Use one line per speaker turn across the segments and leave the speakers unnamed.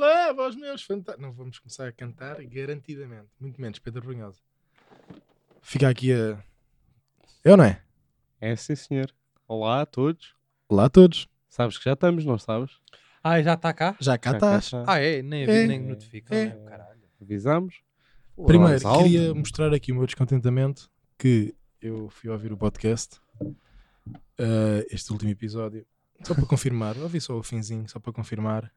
Dava aos meus fantasmas. Não vamos começar a cantar, garantidamente. Muito menos, Pedro Brunhosa. Fica aqui a. Eu, não é?
É sim, senhor. Olá a todos.
Olá a todos.
Sabes que já estamos, não sabes?
Ah, já está cá?
Já cá
Já
estás.
cá está.
Ah, é? Nem, avi-
É.
nem notificam,
É.
né? O caralho.
Avisamos.
Primeiro,
Olá, Gonçalo.
queria mostrar aqui o meu descontentamento que eu fui ouvir o podcast, eh, este último episódio, só para confirmar, ouvi só o finzinho, só para confirmar.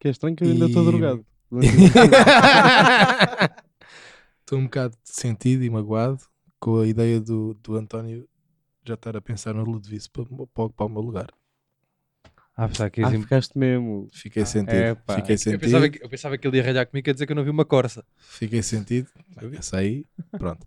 Que é estranho que eu ainda estou
E-
drogado. assim,
Ah,
Estou um bocado sentido e magoado com a ideia do, do António já estar a pensar no Ludovice para, para ocupar o meu lugar.
Ah, pensava que
ah,
ias em-
ficaste mesmo.
Fiquei sentido,
epá.
fiquei
eu,
sentido,
pensava que, eu pensava que ele ia ralhar comigo a dizer que eu não vi uma corça.
fiquei sentido, saí, pronto.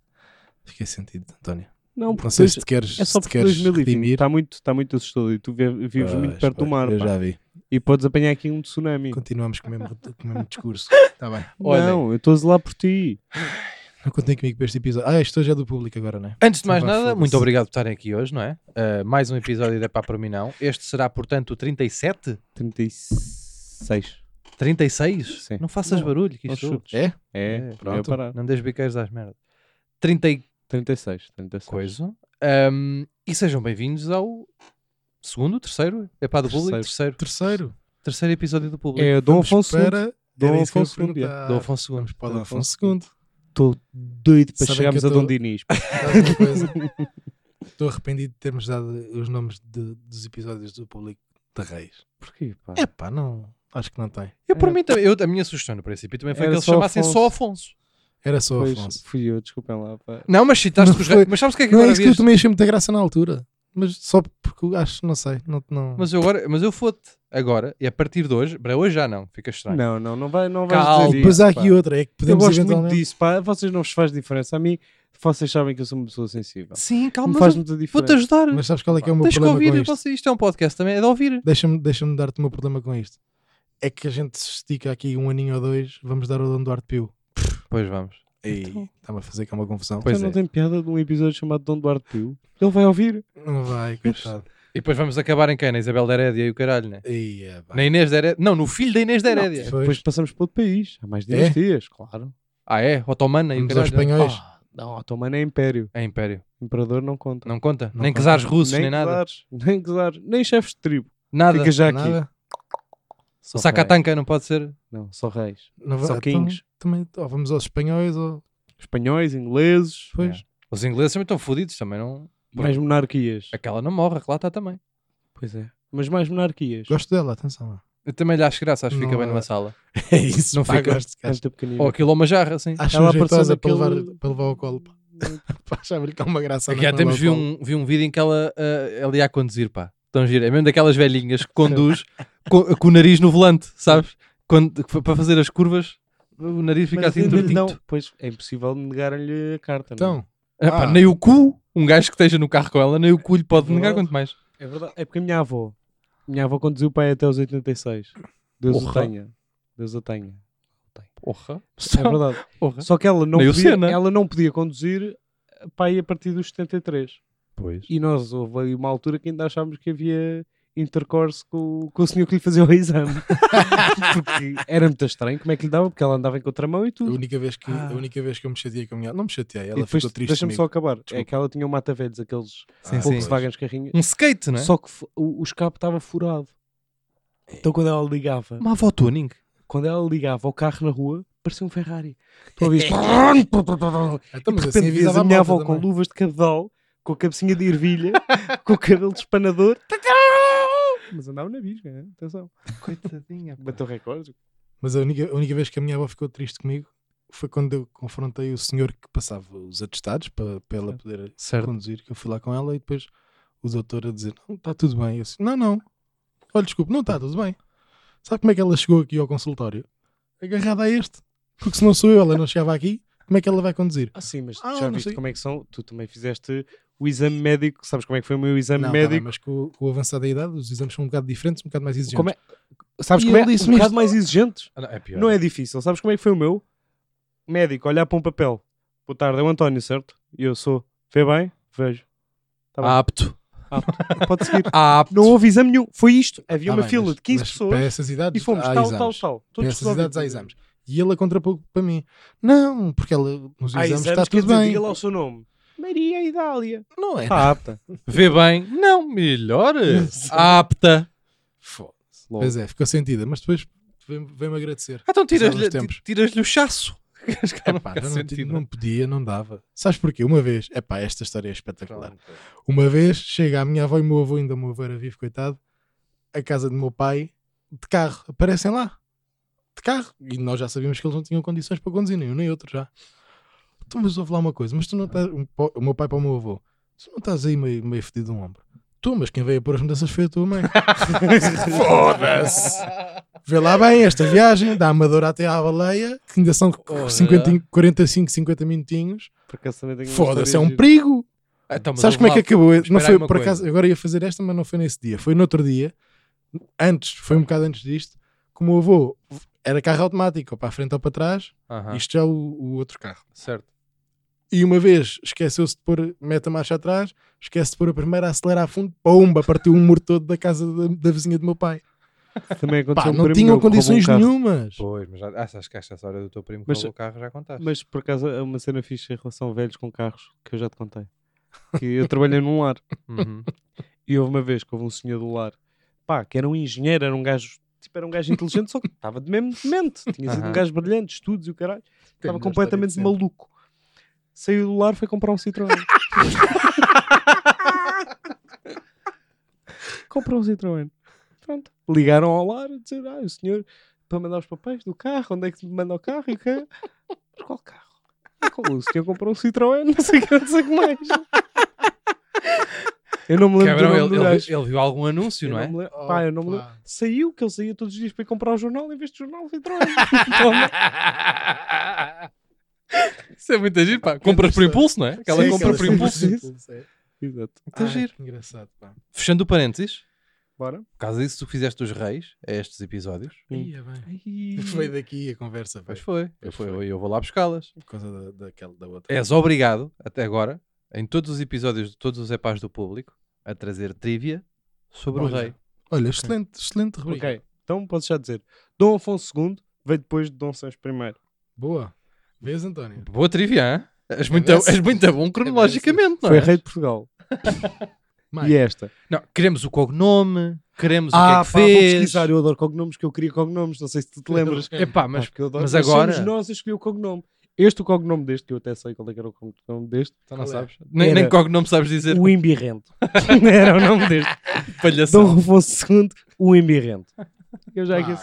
Fiquei sentido, António.
Não,
Não
porque
sei se
dois-
te queres,
é só
se te
porque
queres
2020
redimir.
está muito, está muito assustador e tu vi- vives tá, muito
Pois,
perto do
pois,
mar
Eu
pá.
já vi.
e podes apanhar aqui um tsunami.
Continuamos com o mesmo, com o mesmo discurso. Está bem.
Olhem,
Tá Não, eu estou a zelar por ti.
Não contem comigo para este episódio. Ah, isto hoje é do público agora, não é?
Antes de mais
Vá,
nada,
foda-se.
muito obrigado por estarem aqui hoje, não é? Ah, mais um episódio da Pá para mim não. Este será, portanto, o 37?
36.
36?
Sim.
Não faças
Não,
barulho, que
aos
isto.
chutes.
É?
É,
É,
é,
pronto.
parar.
Não deixes biqueiros às merdas. 30 e
36, 36.
coisa. Ahm, e sejam bem-vindos ao segundo, terceiro, é pá do público, terceiro.
Terceiro.
Terceiro episódio do público.
É Dom
Vamos
Afonso. II.
Para...
Dom
Era isso que eu ia
Afonso II.
perguntar. um
Do Afonso II.
Vamos para o Dom
Dom
Afonso
Afonso
II.
Estou doido para
Sabem
chegarmos
que eu
a Dom
tô-
Dinis.
Sabe uma coisa? Estou arrependido de termos dado os nomes de- dos episódios do público de Reis.
Porquê, pá?
É pá, não. Acho que não tem.
Eu, por mim, também, eu, a minha sugestão no princípio também foi
Era
que eles
só
chamassem
Afonso.
só Afonso.
Era só
Pois,
Afonso.
fui eu, desculpem lá, pá.
Não, mas citaste
Não
os
foi.
reis. Mas sabes o que é que
Não é
agora
isso que eu
vieste?
também achei muita graça na altura. Mas só porque eu acho, não sei. Não, não...
Mas eu agora, mas eu fote agora, e a partir de hoje, para hoje já não, fica estranho.
Não, não, não vai, não vais
Calma.
dizer
Depois
isso,
há aqui
pá.
outra. É que
Eu
podemos
gosto muito
eventualmente...
disso, pá. Vocês não vos faz diferença. A mim, vocês sabem que eu sou uma pessoa sensível.
Sim,
Não
calma,
me faz muita
vou-te
diferença.
ajudar.
Mas sabes qual é que é o meu
Tens que
problema
ouvir,
com isto?
você, isto é um podcast também, é de ouvir.
Deixa-me deixa dar-te o meu problema com isto. É que a gente se estica aqui um aninho ou dois, vamos dar ao Dom Duarte Pio.
Pois vamos.
Ei, está-me a fazer cá uma confusão.
Pois
Então
é.
não tem piada de um episódio chamado Dom Duarte Pio. Ele vai ouvir.
Não vai, coitado.
E depois vamos acabar em quem? Na Isabel da Herédia e o caralho, né?
Ei, é, pá.
Na Inês da Herédia. Não, no filho da Inês da Herédia.
Pois. É?
Depois passamos para outro país. Há mais dinastias, claro.
Ah, é? Otomana e o
Vamos aos
caralho. né?
espanhóis.
Ah, não, Otomano é império.
É Império.
Imperador não conta.
Não conta?
Não
nem
conta.
czares russos, nem, nada.
czares, nem czares, nem chefes de tribo.
Nada.
Fica já aqui.
Nada.
Só
O
reis.
Sacatanca não pode ser.
Não, só reis.
Não vai-
Só
então,
kings.
também, ó, vamos aos espanhóis ou...
Espanhóis, ingleses. É.
Pois.
Os ingleses também estão fodidos, também não.
Mais monarquias.
Aquela não morre, lá está também.
Pois é. Mas mais monarquias.
Gosto dela, atenção. lá.
Eu também lhe acho graça, acho que fica
Não
bem
é.
numa sala.
É isso, não
Não
fica.
fica-
Gosto, de gajo.
Esta pequenina.
Ou aquilo ou uma jarra, assim.
Acho
Ela
Ela
apareceu
jeitosa para levar,
naquele-
para levar ao colo. pá. Pá, Achava-lhe que há uma graça. a
Aqui há
levar
temos
é
ao
vi
colo.
um, vi um vídeo em que ela, ah, ela ia a conduzir, pá. Tão gira. É mesmo daquelas velhinhas que conduz co- com o nariz no volante, sabes? Quando, que fa- para fazer as curvas, o nariz fica
Mas
assim
ainda lhe
tortinho.
não, pois é impossível negarem-lhe a carta. Não? é?
Então,
Ah, pá,
Ah.
nem o cu, um gajo que esteja no carro com ela, nem o cu lhe pode
É
negar,
verdade.
quanto mais.
é verdade. É porque a minha avó, a minha avó conduziu o pai até aos 86. Deus o
Porra.
tenha. Deus o tenha.
Porra.
É verdade.
Porra.
Só que ela não,
Nem o
podia,
Senna.
ela não podia conduzir pai a partir dos 73.
Pois.
E nós houve aí uma altura que ainda achámos que havia intercourse com, o- com o senhor que lhe fazia o exame. porque era muito estranho como é que lhe dava, porque ela andava em contramão e
a
tudo.
única, vez que, a
Ah.
única vez que eu me chateei com a minha... Não me chateei,
e
ela
depois,
ficou triste
deixa-me
comigo.
só acabar. É
Desculpa.
que ela tinha um mata-velhos, aqueles
Sim,
Ah,
sim.
pois.
Volkswagen carrinhos.
Um skate,
né?
não é?
Só que f- o, o escape estava furado. Então quando ela ligava,
Uma avó né? tuning.
quando ela ligava ao carro na rua, parecia um Ferrari. Tu ouvias e
Então,
de
mas assim
repente vias
avisava
a
a
minha
malta
avó com
também.
luvas de cabedal, com a cabecinha de ervilha, com o cabelo de espanador. Mas andava na bisca, né? atenção.
Coitadinha.
Bateu recordes.
Mas a única, a única vez que a minha avó ficou triste comigo foi quando eu confrontei o senhor que passava os atestados para, para ela poder
Certo.
conduzir, que eu fui lá com ela e depois o doutor a dizer, não, está tudo bem. Eu disse, não, não. Olha, desculpe, não está tudo bem. Sabe como é que ela chegou aqui ao consultório? Agarrada a este. Porque se não sou eu, ela não chegava aqui, como é que ela vai conduzir?
Ah, sim, mas
Ah,
já
não
viste
sei.
como é que são? Tu também fizeste o exame médico. Sabes como é que foi o meu exame
Não, tá bem,
médico?
mas com, o- com o avançar da idade, os exames são um bocado diferentes, um bocado mais exigentes.
Como é- Sabes
E
como é?
ele disse-me
Um bocado
isto.
mais exigentes.
Ah, não, é pior.
Não é difícil. Sabes como é que foi o meu? Médico, olhar para um papel. Boa tarde, é o António, certo? E eu sou. Vê bem? Vejo. Tá bem.
Apto.
Pode seguir.
Ah,
Não houve exame nenhum. Foi isto. Havia
Tá
uma
bem,
fila
mas-
de 15
mas
pessoas
Para essas idades,
e fomos
há
tal,
exames.
tal, tal.
Para
Todos
essas
resolvidos.
idades há exames. E ele a contrapôs para mim. Não, porque ela nos
Há
exames, está
exames, quer
tudo
dizer,
bem.
diga lá o seu nome. Maria Idália. Ah,
Não é.
Apta.
vê bem. Não, melhor. eh, Apta.
Foda-se. Pois é, ficou sentida, mas depois veio- veio-me agradecer.
Ah, Então tiras-lhe
Passaram os tempos.
tiras o chasso.
Epá,
faz
não,
sentido,
não podia, não dava. Sabes porquê? Uma vez, epá, esta história é espetacular. Uma vez chega a minha avó e o meu avô, ainda o meu avô era vivo, coitado, a casa do meu pai, de carro, aparecem lá, de carro. E nós já sabíamos que eles não tinham condições para conduzir, nenhum nem outro já. Tu mas ouve lá uma coisa, mas tu não estás, um, pó- o meu pai para o meu avô, tu não estás aí meio, meio fedido um ombro. Tu, mas quem veio a pôr as mudanças foi a tua mãe. Foda-se! Vê lá bem esta viagem, da Amadora até à Baleia, que ainda são
Ora.
50, 45, 50 minutinhos.
Por acaso também tenho uma
Foda-se, é
história
um
gira.
perigo!
Ah, então, mas
Sabes como é que
ouve lá.
acabou? Não
espera aí
foi
uma
por
coisa.
acaso, agora ia fazer esta, mas não foi nesse dia. Foi no outro dia, antes, foi um bocado antes disto, que o meu avô era carro automático, ou para a frente ou para trás,
Aham,
isto já é o, o outro carro.
Certo.
E uma vez esqueceu-se de pôr, mete a marcha atrás, esquece de pôr a primeira, acelera a fundo, pomba, partiu um muro todo da casa da, da vizinha do meu pai.
Também aconteceu
Pá,
um
não
primo
tinham
meu que roubou um
condições
carro.
nenhumas.
Pois, mas já, ah, sabes que esta história do teu primo que
Mas-
roubou o carro já contaste.
Mas por acaso é uma cena fixa em relação a velhos com carros que eu já te contei. Que eu trabalhei num lar
Uhum.
e houve uma vez que houve um senhor do lar pá, que era um engenheiro, era um gajo, tipo, era um gajo inteligente, só que estava de mesmo demente. Tinha sido
Aham.
um gajo brilhante, estudos e o caralho.
Tem a
Estava
melhor
completamente
história de
maluco. Saiu do lar, foi comprar um Citroën. Comprou um Citroën. Pronto. Ligaram ao lar a dizer: Ah, o senhor, para mandar os papéis do carro, onde é que me manda o carro? E o quê? Mas qual carro? "Ah, qual- O senhor comprou um Citroën, não sei o que, não sei o que mais. Eu não me lembro
Cabrão,
do nome
ele,
do
ele-
um gajo.
ele viu algum anúncio, não
Eu
é?
me lembro-
Oh,
pá, eu não me
pá.
lembro. Saiu que ele saía todos os dias para ir comprar o jornal em vez de jornal Citroën. Então, né? Toma.
Isso é muito giro, pá. Compras por
história.
impulso, não é? Aquela
Sim,
compra
aquela
por
sim.
impulso.
impulso.
é.
Exato.
Ai,
giro.
que engraçado, pá.
Fechando o parênteses,
Bora.
por causa disso, tu fizeste os reis a estes episódios.
Hum.
Ia bem.
Ai.
Veio daqui a conversa, pois,
Pois foi. Eu,
Pois
fui,
foi.
eu vou lá buscá-las.
por causa da, daquela, da outra.
És obrigado, até agora, em todos os episódios de todos os epás do público, a trazer trivia sobre
Olha.
o rei.
Olha, excelente, excelente rubrica.
Ok, então posso já dizer. Dom Afonso II veio depois de Dom Sancho I.
Boa. Vês, António?
Boa trivia, hein? És
É
muito,
dessas.
és muito bom cronologicamente, não
Foi
é?
rei de Portugal.
Mais.
E esta?
Não, queremos o cognome, queremos
Ah,
o
pá,
que é
vou
que fez.
pesquisar. Eu adoro cognomes, que eu queria cognomes. Não sei se tu te lembras.
Eu
Então, Epá, mas
Pá, que eu adoro.
mas agora-
somos nós a escolher o cognome. Este, o cognome deste, que eu até sei qual é que era o cognome deste.
Então não
Qual é?
sabes. Nem,
Era-
nem cognome sabes dizer.
O Imbirrente. era o nome deste.
Palhação.
Dom Afonso II, o Imbirrente. Eu já aqui
Pá,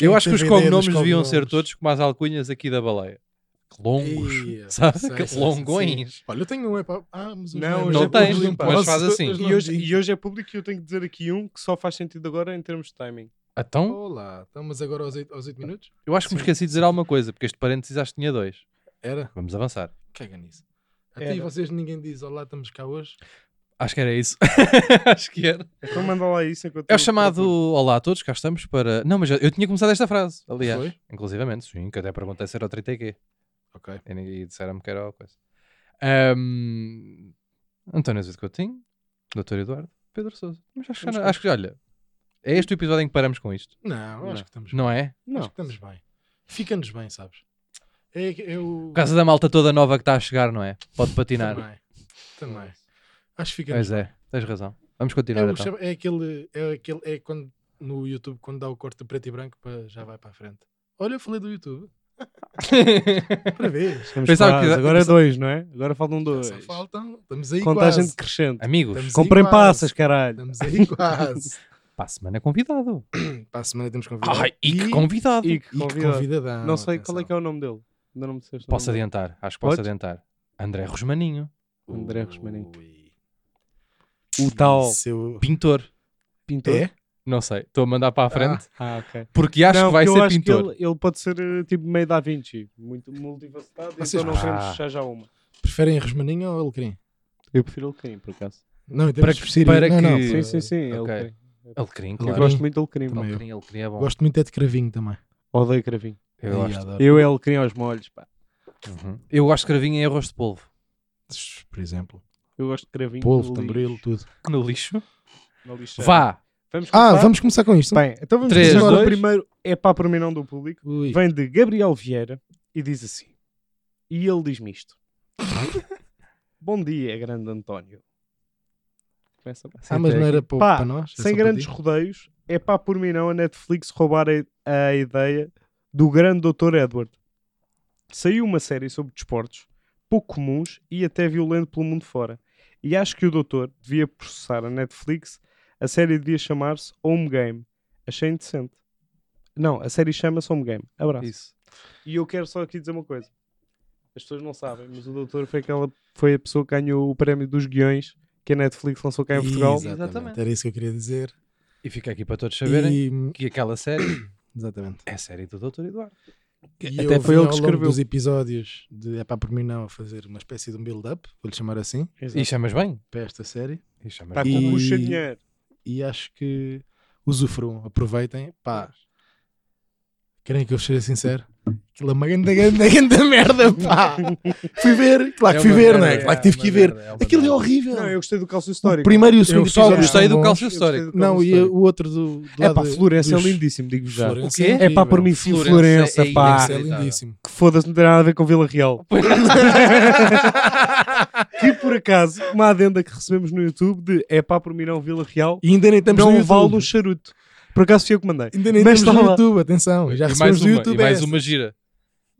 Eu acho que os
Quem teve ideia
cognomes
dos
deviam
cognomes?
ser todos como as alcunhas aqui da baleia. Que Longos.
Ia,
sabe?
sei,
que
sei, sei,
longões.
sim. Olha, eu tenho um epá. Ah, mas os
Não,
meus
hoje
Não
já
tens,
podemos limpar.
mas
Posso-
faz assim.
hoje não
E hoje,
digo.
e hoje é público e eu tenho que dizer aqui um que só faz sentido agora em termos de timing.
Então,
Olá, estamos agora aos 8, aos oito minutos?
eu acho que me esqueci de dizer alguma coisa, porque este parênteses acho que tinha dois.
Era?
Vamos avançar.
Caga nisso. Até
Era.
vocês ninguém diz olá, estamos cá hoje.
Acho que era isso. acho que era.
Então manda lá isso enquanto.
É o
eu-
chamado Olá a todos, cá estamos para. Não, mas eu- eu tinha começado esta frase, aliás.
Foi?
Inclusivamente, sim, que eu até é perguntei se era o 30Q.
Ok.
E, e disseram-me que era a coisa. Ahm, António Azevedo Coutinho, Dr. Eduardo, Pedro Sousa. Mas acho que, já
Vamos
não-
com
acho que, olha, é este o episódio em que paramos com isto,
Não, eu acho
Não.
que estamos bem.
não é?
Acho
Não.
que estamos bem. Fica-nos bem, sabes? É, que eu...
Por causa da malta toda nova que está a chegar, não é? Pode patinar.
Também. Também. Acho que fica-nos
Pois é, tens razão. Vamos continuar
É, o
então.
chama- é aquele, é aquele, é quando no YouTube, quando dá o corte de preto e branco, pá, já vai para a frente. Olha, eu falei do YouTube. Outra vez.
Estamos
Pensava
quase,
que-
Agora é dois, não é? Agora faltam dois.
Só faltam. Estamos aí
Contagem
quase.
decrescente.
Amigos,
Estamos aí
Comprem
quase.
passas, caralho.
Estamos aí quase.
para a semana convidado.
para a semana temos convidado.
Ai, e que convidado!
E que
e que
convida-
convidadão,
Não sei
atenção.
qual é que é o nome dele. Ainda não me disseste. o
Posso
nome dele.
adiantar, acho que posso
Podes?
adiantar. André Rosmaninho,
André Rosmaninho.
Ui.
O tal
Seu...
pintor.
pintor.
É?
Não sei, estou a mandar para a frente
Ah, ok.
porque acho
Não,
que vai
porque eu
ser
acho que
pintor.
ele, ele pode ser eh, tipo meio da Vinci, muito multifacetado,
Vocês-
então não queremos
Ah.
fechar já uma.
Preferem Rosmaninho ou Alecrim?
Eu prefiro o Alecrim, por acaso.
Não,
Para
temos
que-
que vestir-
para
não, não,
que-
Sim, sim, sim,
Eh, Ok.
Alecrim.
Alecrim,
Eu
claro.
gosto muito do Alecrim.
Também.
Alecrim, Alecrim é bom.
Gosto muito é de cravinho também.
Odeio cravinho.
Eu
Ai,
gosto.
adoro.
Eu é Alecrim aos molhos, pá.
Uhum. Eu gosto de cravinho em arroz de polvo.
Por exemplo.
Eu gosto de cravinho.
Polvo,
no
tamboril,
lixo,
tudo.
No lixo.
na lixeira.
Vá.
Vamos
Ah,
começar?
vamos começar com isto.
Bem, então vamos
Três,
começar com o
dois.
primeiro. É para a permissão do público.
Ui.
Vem de Gabriel Vieira e diz assim. E ele diz-me isto. Bom dia, grande António. Começa bem.
Ah, mas não era para,
Pá,
para nós? É só
Sem
para
grandes
ti?
rodeios, é pá por mim não a Netflix roubar a, a ideia do grande Dr. Edward. Saiu uma série sobre desportos, pouco comuns e até violento pelo mundo fora. E acho que o doutor devia processar a Netflix. A série devia chamar-se Home Game. Achei indecente. Não, a série chama-se Home Game. Abraço.
Isso.
E eu quero só aqui dizer uma coisa. As pessoas não sabem, mas o doutor foi aquela foi a pessoa que ganhou o prémio dos guiões que a Netflix lançou cá em Portugal.
Exatamente.
Exatamente.
Era isso que eu queria dizer.
E fica aqui para todos saberem
E-
que aquela série
Exatamente.
é a série do Dr. Eduardo.
E
Até
eu
foi
vim
ele que
ao longo
escreveu.
dos episódios de É para por mim não a fazer uma espécie de um build-up, vou-lhe chamar assim,
E chamas bem.
para esta série.
E é chamas
Está com
bem.
E-
o bucho de dinheiro.
E acho que usufruam, aproveitem. Pá, querem que eu seja sincero? Aquilo é uma grande, grande, grande merda, pá! Fui ver, claro que fui
uma
ver,
merda,
não é? Claro que tive que ir ver.
merda, é uma
Aquilo é
merda.
horrível.
Não, eu gostei do calço
O
histórico.
primeiro e o segundo
Eu só
episódio
gostei
são
do
bons.
calcio
Eu gostei
histórico.
do
Não,
calço
e
histórico.
o outro do. do
É pá,
lado
Florença é
dos-
lindíssimo, digo já.
Florença
O quê?
É pá, por mim sim,
Florença
Florença, pá.
é
Florença é
Inacreditável.
lindíssimo.
Que foda-se, não tem nada a ver com Vila Real. que por acaso, uma adenda que recebemos no YouTube de é pá, por mim não Vila Real,
E ainda nem estamos no
não
YouTube.
vale um charuto. Por acaso fui eu que mandei.
Ainda nem
Mas
estamos no
está lá.
YouTube, atenção. Já
e mais
recebemos
uma,
do
e
YouTube. é
mais
essa. é-
uma gira.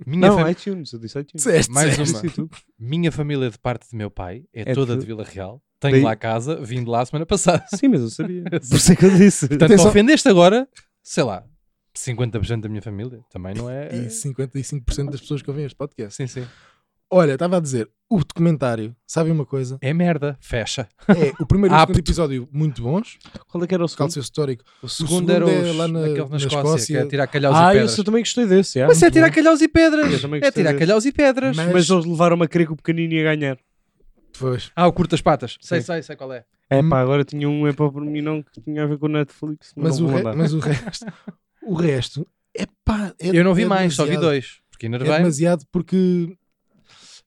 Minha,
Não,
fami-
iTunes, eu disse iTunes.
Disseste,
Mais
disseste.
uma. minha família é de parte de meu pai é,
É
toda
de-
de Vila Real. Tenho
Daí-
lá casa, vim de lá a semana passada.
Sim, mas eu sabia. por isso é que eu disse.
Portanto,
Atenção.
ofendeste agora, sei lá, 50% da minha família. Também não é...
E 55% das pessoas que ouvem este podcast.
Sim, sim.
Olha, estava a dizer, o documentário, sabem uma coisa?
É merda. Fecha.
É o primeiro e o
Apto.
segundo episódio muito bons,
Qual é que era o segundo?
calcio histórico.
O
segundo
segundo, era
é
os-
lá na-
naquele na,
na
Escócia,
Escócia.
que é tirar calhaus e
Ah,
pedras.
esse eu também gostei desse. já.
Mas é
Muito
tirar
bom.
calhaus e
Eu
pedras.
também
É
gostei
tirar
desse.
calhaus e pedras.
Mas-
Mas eles levaram uma crico pequenino e a ganhar.
Pois,
Ah, o curtas patas. Sei,
Sim.
sei, sei qual é.
É
Hum.
pá, agora tinha um é pá por mim não que tinha a ver com Netflix.
mas, o
não vou
re-
mandar.
mas o resto, o resto é pá. é-
Eu não vi
é
mais, só vi
demasiado.
dois. Porque
É
enervei.
demasiado porque.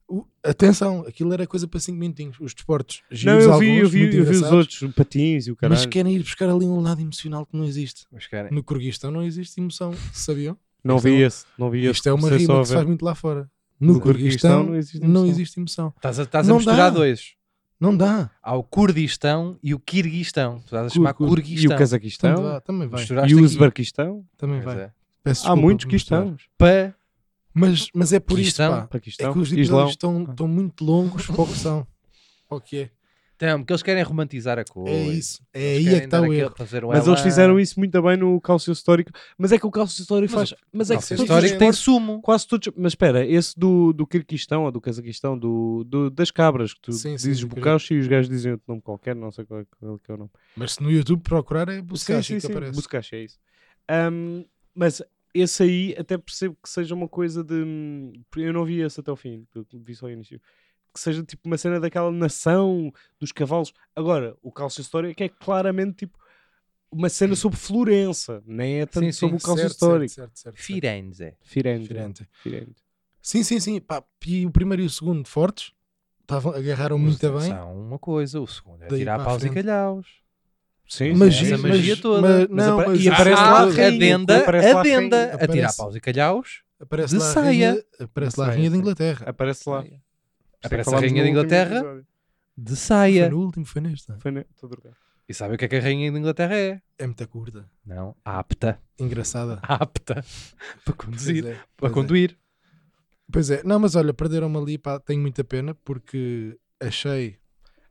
o- Atenção, aquilo era coisa para 5 minutinhos. Os desportos
Não,
giros,
eu vi,
alguns,
eu vi,
muito
eu vi os
engraçados,
outros, o patins e o caralho.
Mas querem ir buscar ali um lado emocional que não existe.
Mas, cara,
No Kyrgyzstan não existe emoção, sabiam?
Não
isto
vi
é um-
esse, não vi esse.
Isto é uma
comecei
rima
só a
que se
ver.
faz muito lá fora.
No
No,
Kurdistão
Kurdistão
não existe
não
emoção.
existe emoção.
Estás a, estás a
Não
misturar
dá.
dois.
Não dá.
Há o Kurdistão e o Quirguistão. Estás a
Cur-
chamar
cur-
E
Kurguistão.
o Cazaquistão?
Tanto dá, Então também vai.
Misturaste
E o
aqui.
Uzbequistão?
Também
Pois
vai.
é.
Peço
Há
desculpa
muitos
por misturar.
quistãos.
Pa-
Mas, mas é por isso,
Quistão?
pá.
Paquistão,
É que os
Islão.
episódios estão, estão muito longos para o que são. Para o que é.
Então, porque eles querem romantizar a coisa.
É isso. É aí
Eles
é
querem
que está
dar
o
aquele-
erro.
fazer o
Mas
ela-
eles fizeram isso muito bem no Cálcio Histórico. Mas é que o Cálcio Histórico
Mas
faz... Mas é que
Nossa,
todos os
histórico tem
esportes-
sumo.
Quase todos... Mas espera, esse do, do Kirguistão ou do Cazaquistão, do, do- das cabras, que tu
Sim, sim,
dizes
do
Bocauchi e os gajos dizem outro nome qualquer, não sei qual é, qual é que é o nome.
Mas se no YouTube procurar é buscar
sim,
que
sim,
aparece.
Buscache, é isso. Ahm, mas esse aí até percebo que seja uma coisa de. hum, Eu não vi esse até ao fim, eu vi só o início. Que seja tipo uma cena daquela nação dos cavalos. Agora, o Calcio Histórico é claramente tipo uma cena sobre Florença, nem é tanto
Sim, sim,
sobre o Calcio
Certo,
Histórico.
certo, certo, certo, certo.
Firenze. é.
Firenze.
Diferente.
Firenze.
Sim, sim, sim. Pá, e o primeiro e o segundo fortes estavam, agarraram muito
é
bem.
São uma coisa. O segundo é
Daí
tirar
para a
paus e
frente.
calhaus.
Sim,
Mas
sim,
Essa
giro,
magia
mas-
toda.
mas-
Mas
não,
apare-
mas
e aparece
Ah,
lá
Ah,
a rainha,
adenda,
aparece lá a
adenda
rainha.
a tirar
Aparece.
paus e calhaus.
Aparece
de
lá a
saia.
rainha- Aparece lá a
Saia,
rainha da
sim.
Inglaterra.
Aparece lá.
Aparece a
Falámos
rainha da
no último
Inglaterra
episódio.
de
Foi
saia.
no último, foi neste.
Foi na- tô a drogar.
E sabe o que é que a rainha da Inglaterra é?
É muito curta.
Não, apta.
Engraçada.
Apta para conduzir.
Pois é,
para
pois é.
conduzir.
Pois é. Não, mas olha, perderam-me ali, pá, tenho muita pena, porque achei...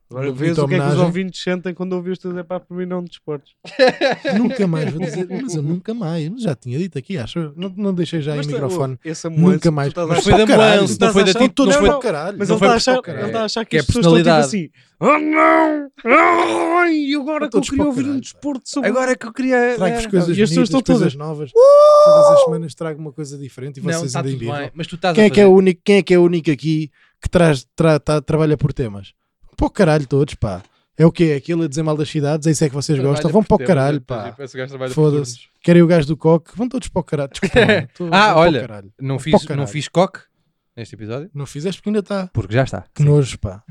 Agora
Uma
vês
bonita
o que é que os
homenagem.
ouvintes sentem quando ouvem os teus é para mim não de esportes.
Nunca mais vou dizer, mas eu nunca mais. mas Já tinha dito aqui, acho. eu. Não, não deixei já em
Mas tu-
microfone.
oh, esse amor,
Nunca mais.
tu estás a
Mas
foi
para
da
o caralho.
Moance, não
Estás
foi
a
da
achar-
Tito,
Todos
não foi
para o caralho.
Mas
Não
ele está
foi
a
por
achar,
tocar,
ele
é-
está a achar que,
que é
as pessoas estão tipo assim.
personalidade.
Oh não! Oh, e agora
Eu
que eu
tô
queria ouvir um
despacaralho,
desporto sobre.
Agora que eu queria. eh,
Trago-vos
era-
coisas
É, E as pessoas
bonitas,
estão todas-
coisas
Uh!
novas. Todas as semanas trago uma coisa diferente e
Não,
vocês
está
ainda
tudo
enviam.
bem. Mas tu estás
Quem
a
é, que é
fazer-
o único, quem é que é o único aqui que traz, tra- tá- trabalha por temas? Para o caralho todos, pá. É o quê? Aquilo a dizer mal das cidades? É isso é que vocês gostam? Vão para o
é,
caralho, pá. Foda-se. Querem o gajo do coque? Vão todos para o caralho. Desculpa, mano, tô-
Ah,
vão para o
olha.
caralho.
Não
Para
fiz,
o
não
caralho.
fiz coque, neste episódio.
Não fizeste porque ainda está.
Porque já está.
Que nojo, pá.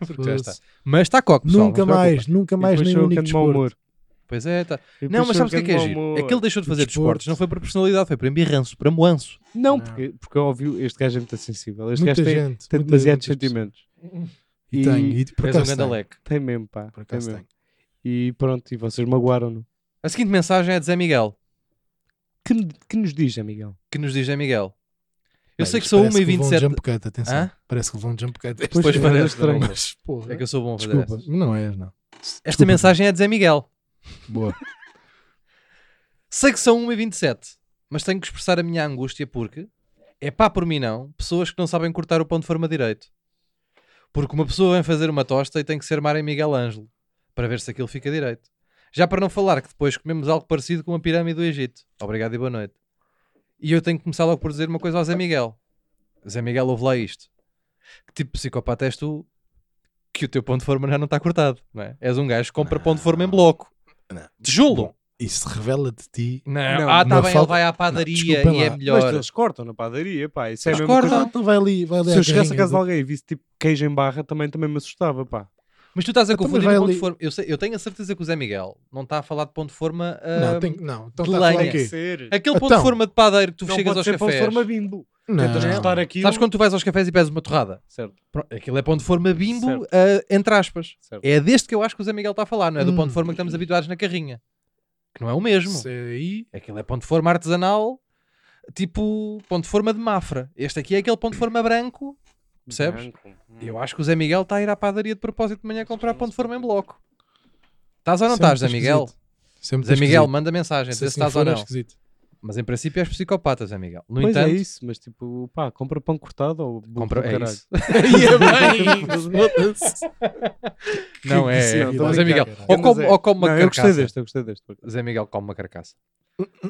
Porque já está.
Foda-se.
Mas está coque, pessoal.
nunca
não se
mais, nunca
E
mais
depois
nem
sou
um
eu que
único
ando de mau
desporto.
humor.
preocupe. Pois é, tá.
E depois
Não,
sou
mas
eu
sabes o que é que é
ando de
giro?
mau humor.
É que ele deixou de fazer
Desporto.
desportos, não foi para personalidade, foi para embirranço, para moanço.
Não,
Não.
porque, porque eu ouvi, este gajo é muito sensível. Este
Muita
gajo tem,
gente.
tem
muita-
demasiados
muitas pessoas.
sentimentos.
E tenho. E por
Fez um
acaso é.
grande
tenho.
leque.
Tem mesmo, pá.
Por
Tem
acaso
É mesmo.
tenho.
E pronto, e vocês magoaram-no.
A seguinte mensagem é de Zé Miguel,
Que, que nos diz, Miguel?
que nos diz Zé Miguel.
Bem,
Eu sei que
isto
sou
parece
1 e
levou um
27.
jump cut, atenção.
Hã?
Parece que levou um jump cut.
Pois
Pois
é,
parece,
estranho.
não é?
Mas, porra.
É que eu sou bom a fazer
Desculpa,
essas.
não és, não.
Esta
Desculpa.
mensagem é de Zé Miguel.
Boa.
Sei que são 1 e 27, mas tenho que expressar a minha angústia porque é pá por mim não, pessoas que não sabem cortar o pão de forma direito. Porque uma pessoa vem fazer uma tosta e tem que ser mar em Miguel Ângelo para ver se aquilo fica direito. Já para não falar que depois comemos algo parecido com a pirâmide do Egito. Obrigado e boa noite. E eu tenho que começar logo por dizer uma coisa ao Zé Miguel. Zé Miguel, ouve lá isto. Que tipo de psicopata és tu que o teu pão de forma já não está cortado, não é? És um gajo que compra pão de forma em bloco.
Não.
Tijolo!
Bom, isso revela de ti.
Não,
Não,
ah, tá
uma
bem, ele
falta-
vai à padaria
desculpem
e é
lá.
melhor.
Mas eles cortam na padaria, pá. Isso é
Eles
a mesma coisa.
cortam.
Não, então vai ali, vai ali
Se
à
eu chegasse a
carrinha
casa de
do-
alguém e visse tipo queijo em barra, também, também me assustava, pá.
Mas tu estás a
Então, mas
confundir
vai
o ponto
ali.
de forma. Eu, sei- eu tenho a certeza que o Zé Miguel não está a falar de ponto de forma. ah,
hum,
Não, tem, não. Então está
de
a falar
lenha.
o quê?
ser.
Aquele ponto de
Então.
forma de padeiro que É tu
Não
chegas
pode
aos
ser pão de
cafés.
forma bimbo.
Não.
Tentas cortar aquilo.
Sabes quando tu vais aos cafés e pedes uma torrada?
Certo,
Pronto, aquilo é ponto de forma bimbo,
Certo.
ah, entre aspas.
certo.
É deste que eu acho que o Zé Miguel está a falar, não é? Do
Hum.
ponto de forma que estamos habituados na carrinha. Que não é o mesmo.
Isso aí.
Aquilo é ponto de forma artesanal, tipo ponto de forma de mafra. Este aqui é aquele ponto de forma branco. É, Percebes? Eu acho que o Zé Miguel está a ir à padaria de propósito de manhã comprar pão de forma em bloco. Estás ou não
Sempre
estás, Zé
esquisito.
Miguel?
Sempre
Zé Miguel, tá
esquisito.
manda mensagem,
Se
dizer
assim
se estás ou
for, é
não.
esquisito.
Mas em princípio és psicopata, Zé Miguel. No
Pois é
entanto,
isso, mas tipo, pá, compra pão cortado ou burro
compra...
do
é
caralho.
isso. é
Foda-se.
não
Que
é.
imbecil,
não,
tô a
Zé
brincar,
Miguel,
caralho.
ou
Mas
come,
é-
ou come uma
Não, eu
carcaça.
gostei deste, eu gostei deste.
Zé Miguel come uma carcaça.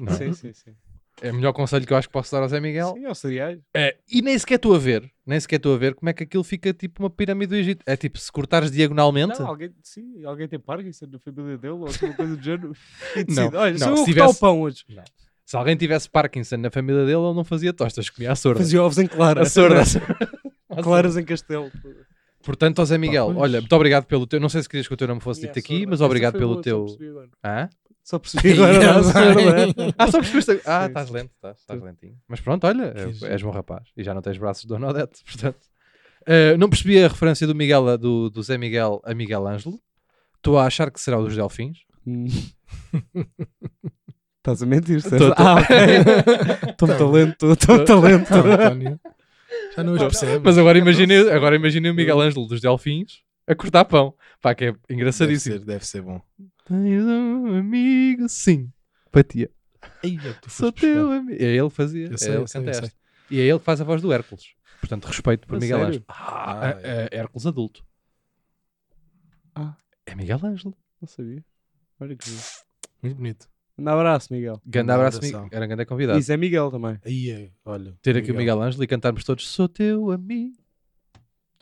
Não é?
Sim, sim, sim.
É o melhor conselho que eu acho que posso dar ao Zé Miguel.
Sim, aos cereais.
É, e nem sequer estou a ver, nem sequer estou a ver como é que aquilo fica tipo uma pirâmide do Egito. É tipo, se cortares diagonalmente,
Não, alguém, sim, alguém tem Parkinson na família dele ou alguma coisa do género e decide,
Não,
olha,
não,
se eu vou
se
cortar
tivesse-
o pão hoje,
se alguém tivesse Parkinson na família dele, ele não fazia tostas, comia à sorda.
fazia ovos em clara,
A sorda. À sorda.
claras em castelo.
Portanto, ó Zé Miguel,
pois.
olha, muito obrigado pelo teu. Não sei se querias que o teu nome fosse
E à
dito aqui,
sorda.
mas
Essa
obrigado
foi
pelo
boa,
teu.
Só percebi agora,
Hã?
só percebi agora à sorda.
Ah, só percebeste. Ah,
Sim,
estás
sim.
lento, estás, estás
Sim.
lentinho. Mas pronto, olha,
Que giro.
és bom rapaz e já não tens braços de Dona Odete, portanto. Ah, não percebi a referência do Miguel, a- do, do Zé Miguel a Miguel Ângelo. Estou a achar que será o dos Delfins.
Hum. Estás a mentir, certo?
Tô, tô.
Ah, ok. Estou-me talento, estou-me talento.
Então, António, é, Já não os percebe.
Mas agora imaginei, agora imaginei o Miguel Ângelo dos Delfins a cortar pão. Pá, que é engraçadíssimo.
deve ser bom.
Tens um amigo, sim. Patia.
Ei, é que tu
Sou
foste
teu
buscar.
amigo. É ele que fazia.
Eu
é
sei,
ele
eu
que
sei,
canta
eu sei.
esta. E é ele que faz a voz do Hércules. Portanto, respeito por
A
Miguel
sério?
Ângelo. Ah,
Ah,
é, é Hércules adulto.
Ah.
É Miguel Ângelo.
Não sabia. Olha que giro.
Muito bonito.
Um abraço, Miguel.
Grande
Grande
abraço,
abração.
Miguel. Era um grande convidado.
E Zé Miguel também.
Aí é, olha.
Ter aqui o Miguel Ângelo e cantarmos todos Sou teu amigo.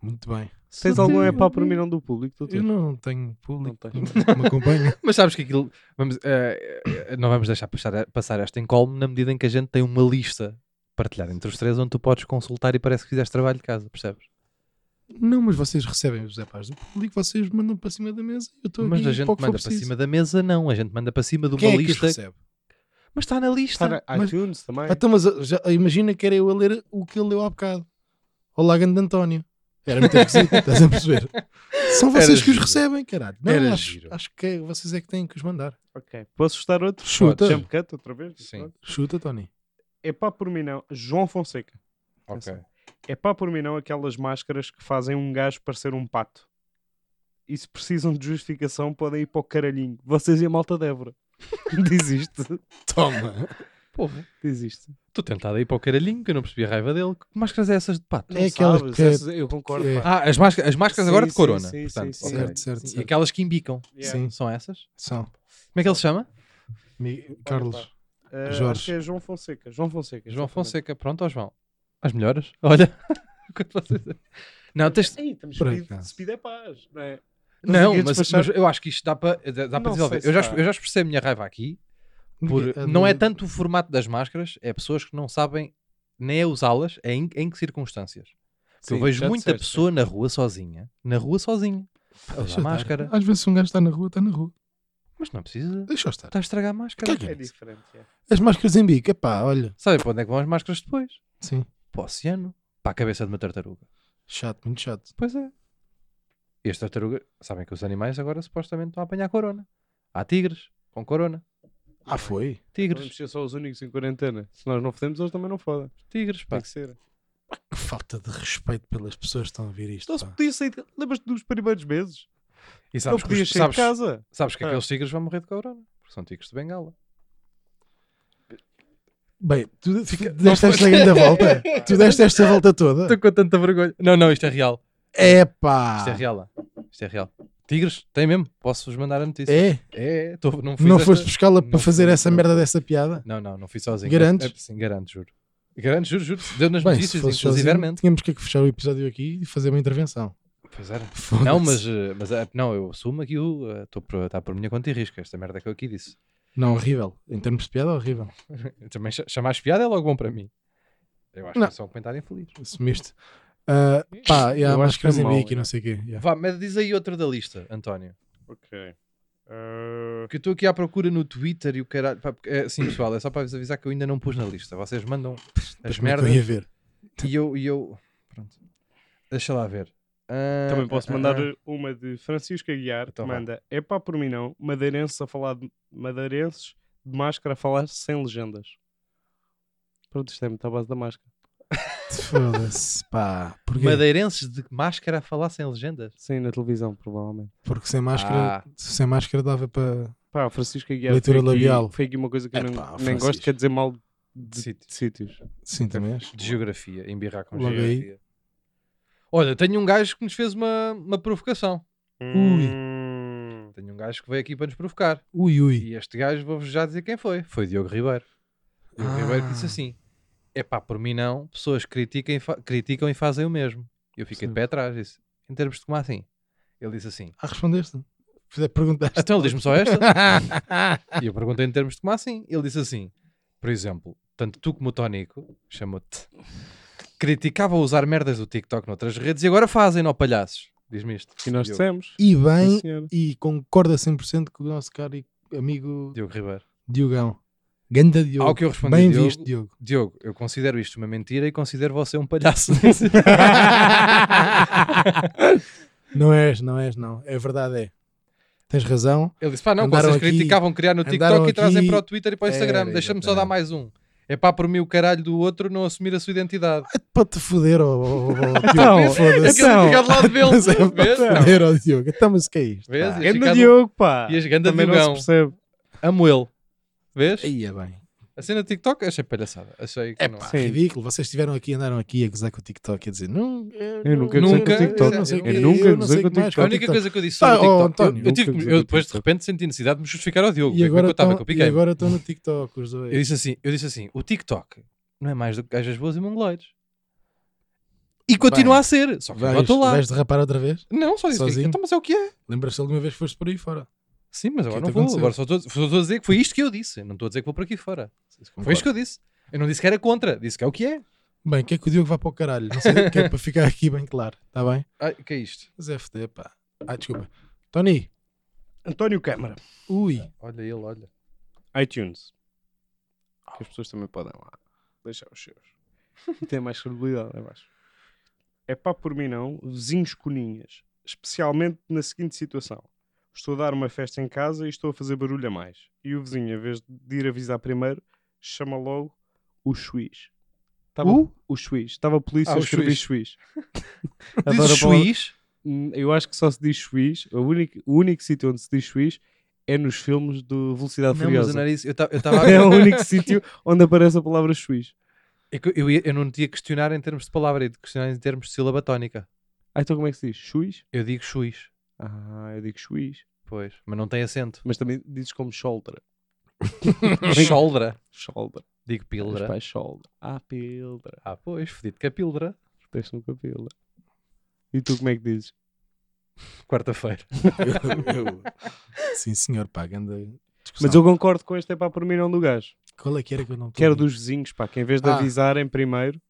Muito bem.
Se tens
Sou
algum
teu
é para por mim
amigo.
não do público, tu
Eu
tens.
não tenho
Não
público
tens.
que me acompanha.
Mas sabes que aquilo. Vamos, eh, eh, não vamos deixar passar, passar esta incólume na medida em que a gente tem uma lista partilhada entre os três onde tu podes consultar e parece que fizeste trabalho de casa, percebes?
Não, mas vocês recebem os epás do público, vocês mandam para cima da mesa. Eu estou aqui
Mas a gente
para o que for
manda para
preciso.
cima da mesa, não. A gente manda para cima de uma
Quem é que os
lista.
recebe?
Mas está na lista.
Está na
Mas-
iTunes também.
Ah, Então, mas já, imagina que era eu a ler o que ele leu há bocado. Olá, grande António. Era muito esquisito, estás a perceber? São vocês
Era
que os
giro.
recebem, caralho. Não,
Era giro.
acho, acho que é- vocês é que têm que os mandar.
Ok. Posso assustar outro?
Chuta.
Jump cut outra vez?
Sim.
Pronto.
Chuta, Tony.
É pá por mim não. João Fonseca.
Ok.
É pá por mim não aquelas máscaras que fazem um gajo parecer um pato. E se precisam de justificação, podem ir para o caralhinho. Vocês e a malta Débora. Diz isto.
Toma.
Porra.
Diz isto.
é? Estou tentado a ir para o caralhinho, que eu não percebi a raiva dele. Que máscaras é essas de pato?
É aquela que-
essas- Eu concordo.
que-
pá.
Ah, as máscaras, as máscaras
Sim,
agora de
sim,
corona.
sim,
portanto,
sim, sim.
ok.
Certo, certo,
E
certo.
aquelas que embicam.
Yeah.
Sim.
São essas?
São.
Como é que ele se chama?
Mi- Carlos.
Ah,
Jorge.
acho que é João Fonseca. João Fonseca.
João
exatamente.
Fonseca. Pronto, ó João. As melhores. Olha. Quanto vocês- não, tens...
Ei, estamos
Por
speed,
acaso.
speed é paz, não é?
não
ia
mas,
despachar-
mas eu acho que isto dá para dá
Não
para desenvolver.
sei
Eu
se
já,
dá.
eu já expressei a minha raiva aqui. Por,
A
não é
do-
tanto o formato das máscaras, é pessoas que não sabem nem é usá-las, é em, em que circunstâncias? Porque eu
Sim,
vejo
já
muita
disseste,
pessoa na rua sozinha, na rua sozinha, a
Deixa
usar
estar.
máscara,
Às vezes, se um gajo está na rua, está na rua.
mas não precisa.
Deixa eu estar.
Está a estragar a máscara.
Que que
É
é isso?
diferente. é.
As máscaras em bico, epá, olha.
Sabe para onde é que vão as máscaras depois?
Sim.
Para o oceano, para a cabeça de uma tartaruga.
Chato, muito chato.
Pois é. E as tartarugas, sabem que os animais agora supostamente estão a apanhar corona. Há tigres com corona.
Ah, foi?
Tigres,
Vamos ser só os únicos em quarentena. Se nós não fodemos, eles também não fodem.
tigres, pá.
Tem que ser.
Que falta de respeito pelas pessoas que estão a ouvir isto.
Não se
pá.
podia sair. de- Lembras-te dos primeiros meses?
E
Não
sabes, que,
podias
os-
sair de
sabes,
casa.
sabes que
Ah.
aqueles tigres vão morrer de corona. Porque são tigres de bengala.
Bem, tu deste esta grande volta. Tu deste esta volta toda.
Estou com tanta vergonha. Não, não, isto é real.
Epá.
Isto
Ah.
é real. lá. Isto é real. Tigres, tem mesmo. Posso-vos mandar a notícia.
É?
É, tô- não fiz
Não
esta-
foste buscá-la
Não
para fazer
fui,
essa
não
merda
fui.
dessa piada?
Não, não, não fui sozinho.
Garantes?
É, sim, garanto, juro. Garanto, juro, juro. Deu nas
Bem, se
notícias,
fosse sozinho,
inclusive.
tínhamos que fechar o episódio aqui e fazer uma intervenção.
Pois era.
Foda-se.
Não, mas, eh, mas eh, não, eu assumo aqui o. Está por, tá por minha conta e risco. Esta merda que eu aqui disse.
Não, horrível. Em termos de piada, horrível.
Também cha- chamar piada é logo bom para mim. Eu acho
Não.
que é só um comentário infeliz.
Assumiste. Ah, pá, e há
Eu acho que é
máscaras em
mau,
bico e
é.
não sei o quê. yeah.
Vá, mas diz aí outro da lista, António.
Ok.
Porque eu estou aqui à procura no Twitter e o caralho. Pá, porque, eh, sim, pessoal, é só para vos avisar que eu ainda não pus na lista. Vocês mandam
Mas
as
como é que eu
merdas
ia ver.
e eu. E eu... Pronto. Deixa lá ver. Ah,
Também posso
ah,
mandar
ah,
uma de Francisco Aguiar,
Então
que
vá.
manda é pá por mim não, madeirenses a falar de, madeirenses de máscara a falar sem legendas. Pronto, isto é muito à base da máscara.
Foda-se, pá. Porquê?
Madeirenses de máscara a falar sem legendas.
Sim, na televisão, provavelmente.
Porque sem máscara,
Ah.
sem máscara dava para.
Pá, Francisco Aguiar
Leitura
foi aqui-
labial.
foi aqui uma coisa que eu
Epá,
nem, nem
Francisco.
gosto, que é dizer mal de,
Sítio.
de sítios.
Sim, também és.
De geografia, embirrar com
Logo aí.
geografia. Olha, tenho um gajo que nos fez uma, uma provocação.
Ui.
Hum.
Tenho um gajo que veio aqui para nos provocar.
Ui, ui.
E este gajo, vou-vos já dizer quem foi. Foi Diogo Ribeiro. Diogo
Ah.
Ribeiro que disse assim: é pá, por mim não, pessoas critiquem, e fa- criticam e fazem o mesmo. Eu fiquei de
Sim.
pé atrás. Disse: em termos de como assim? Ele disse assim:
Ah, respondeste? Fizer- Perguntaste.
então ele diz-me só esta. E eu perguntei em termos de como assim. Ele disse assim: por exemplo, tanto tu como o Tónico, chamou-te, criticavam usar merdas do TikTok noutras redes e agora fazem, ó palhaços. Diz-me isto.
E nós
Diogo,
dissemos.
E
Sim,
bem,
senhora.
e concorda 100% com o nosso caro e amigo
Diogo Ribeiro.
Diogão. Ganda Diogo.
Ao Ah, que eu respondi,
Bem
Diogo,
visto, Diogo.
Diogo, eu considero isto uma mentira e considero você um palhaço.
Não és, não és, não. É verdade, é. Tens razão.
Ele disse: pá, não,
Andaram
vocês
aqui-
criticavam criar no TikTok
andaram
e trazem
aqui-
para o Twitter e para o Instagram.
Era,
Deixa-me só
exatamente.
dar mais um. É pá, por mim o caralho do outro não assumir a sua identidade.
É para te foder, ó ó- ó- ó,
é
Então,
Diogo. Foda-se.
Aquele
Então,
fica do lado dele.
Mas é
Vês?
para
Não.
foder, ó Diogo. Então, mas o que é isto?
Vês?
pá?
Ia
Ganda
chegar do-
Diogo, pá!
E as ganda
Também não
Diogão.
se percebe.
Amo ele. Vês?
Ia é bem.
A cena do TikTok achei palhaçada. Achei que não. é.
Pá,
Sim.
ridículo. Vocês estiveram aqui, andaram aqui a gozar com o TikTok, a dizer, não, eu,
Eu nunca
gozei com o TikTok.
não sei o
Eu
quê,
nunca
eu não
gozei
sei
com o
o que mais,
A
TikTok.
com o
única coisa que eu disse
Tá,
sobre
ó,
o
António,
TikTok, eu, tive
nunca
que-
usei
eu
o
depois de
TikTok.
repente senti necessidade de me justificar ao Diogo.
E agora
eu estava
estão
com piquei.
agora estão no TikTok os
Eu
dois.
disse assim, eu disse assim, o TikTok não é mais do que gajas boas e mongoloides. E continua
Bem,
a ser, só que eu não
Vais,
estou lá.
vais derrapar outra vez?
Não, só disse que,
Sozinho?
então, mas é o que é.
Lembras-te alguma vez que foste por aí fora?
Sim, mas agora
que
não
te
vou.
aconteceu?
Agora só estou só estou a dizer que foi isto que eu disse. Eu Não estou a dizer que vou por aqui fora. Foi isto que eu disse. Eu não disse que era contra, disse que é o que é.
Bem, quer que o Diogo vá para o caralho? Não sei o que é para ficar aqui bem claro, está bem?
Ai, que é isto?
Mas é FD, pá. Ah, desculpa. Tony,
António Câmara.
ui,
Olha ele, olha.
iTunes. Que as pessoas também podem lá deixar Oh. os seus. E tem mais credibilidade, eu acho. É pá por mim não, vizinhos coninhas. Especialmente na seguinte situação. Estou a dar uma festa em casa e estou a fazer barulho a mais. E o vizinho, em vez de ir avisar primeiro, chama logo o juiz. Tava,
O?
O juiz. Estava a polícia
Ah,
a
o
escrever juiz.
Diz
Adoro
o
a palavra-
juiz.
Hum, Eu acho que só se diz juiz. O único, o único sítio onde se diz juiz é nos filmes do
Tá
Velocidade
Não, mas
Furiosa.
eu não era isso. Eu estava a
É o único sítio onde aparece a palavra juiz.
É que Eu, ia- eu não tinha questionar em termos de palavra, e de questionar em termos de sílaba tónica.
Ah, então como é que se diz? Juiz?
Eu digo juiz,
Ah, eu digo juiz.
pois, mas não tem acento.
Mas também dizes como shoulder.
Choldra.
Shoulder.
Digo
Os
pildra.
pais shoulder. Ah, pildra.
Ah, pois, fedido que é pildra.
Deste-me com a pildra. E tu como é que dizes?
Quarta-feira.
eu, eu- Sim, senhor, pá, ganda discussão.
Mas eu concordo com este é para a mim não do gajo.
Qual é que era que eu não
Que era
Quero
dos vizinhos, pá, que em vez de
Ah.
avisarem primeiro,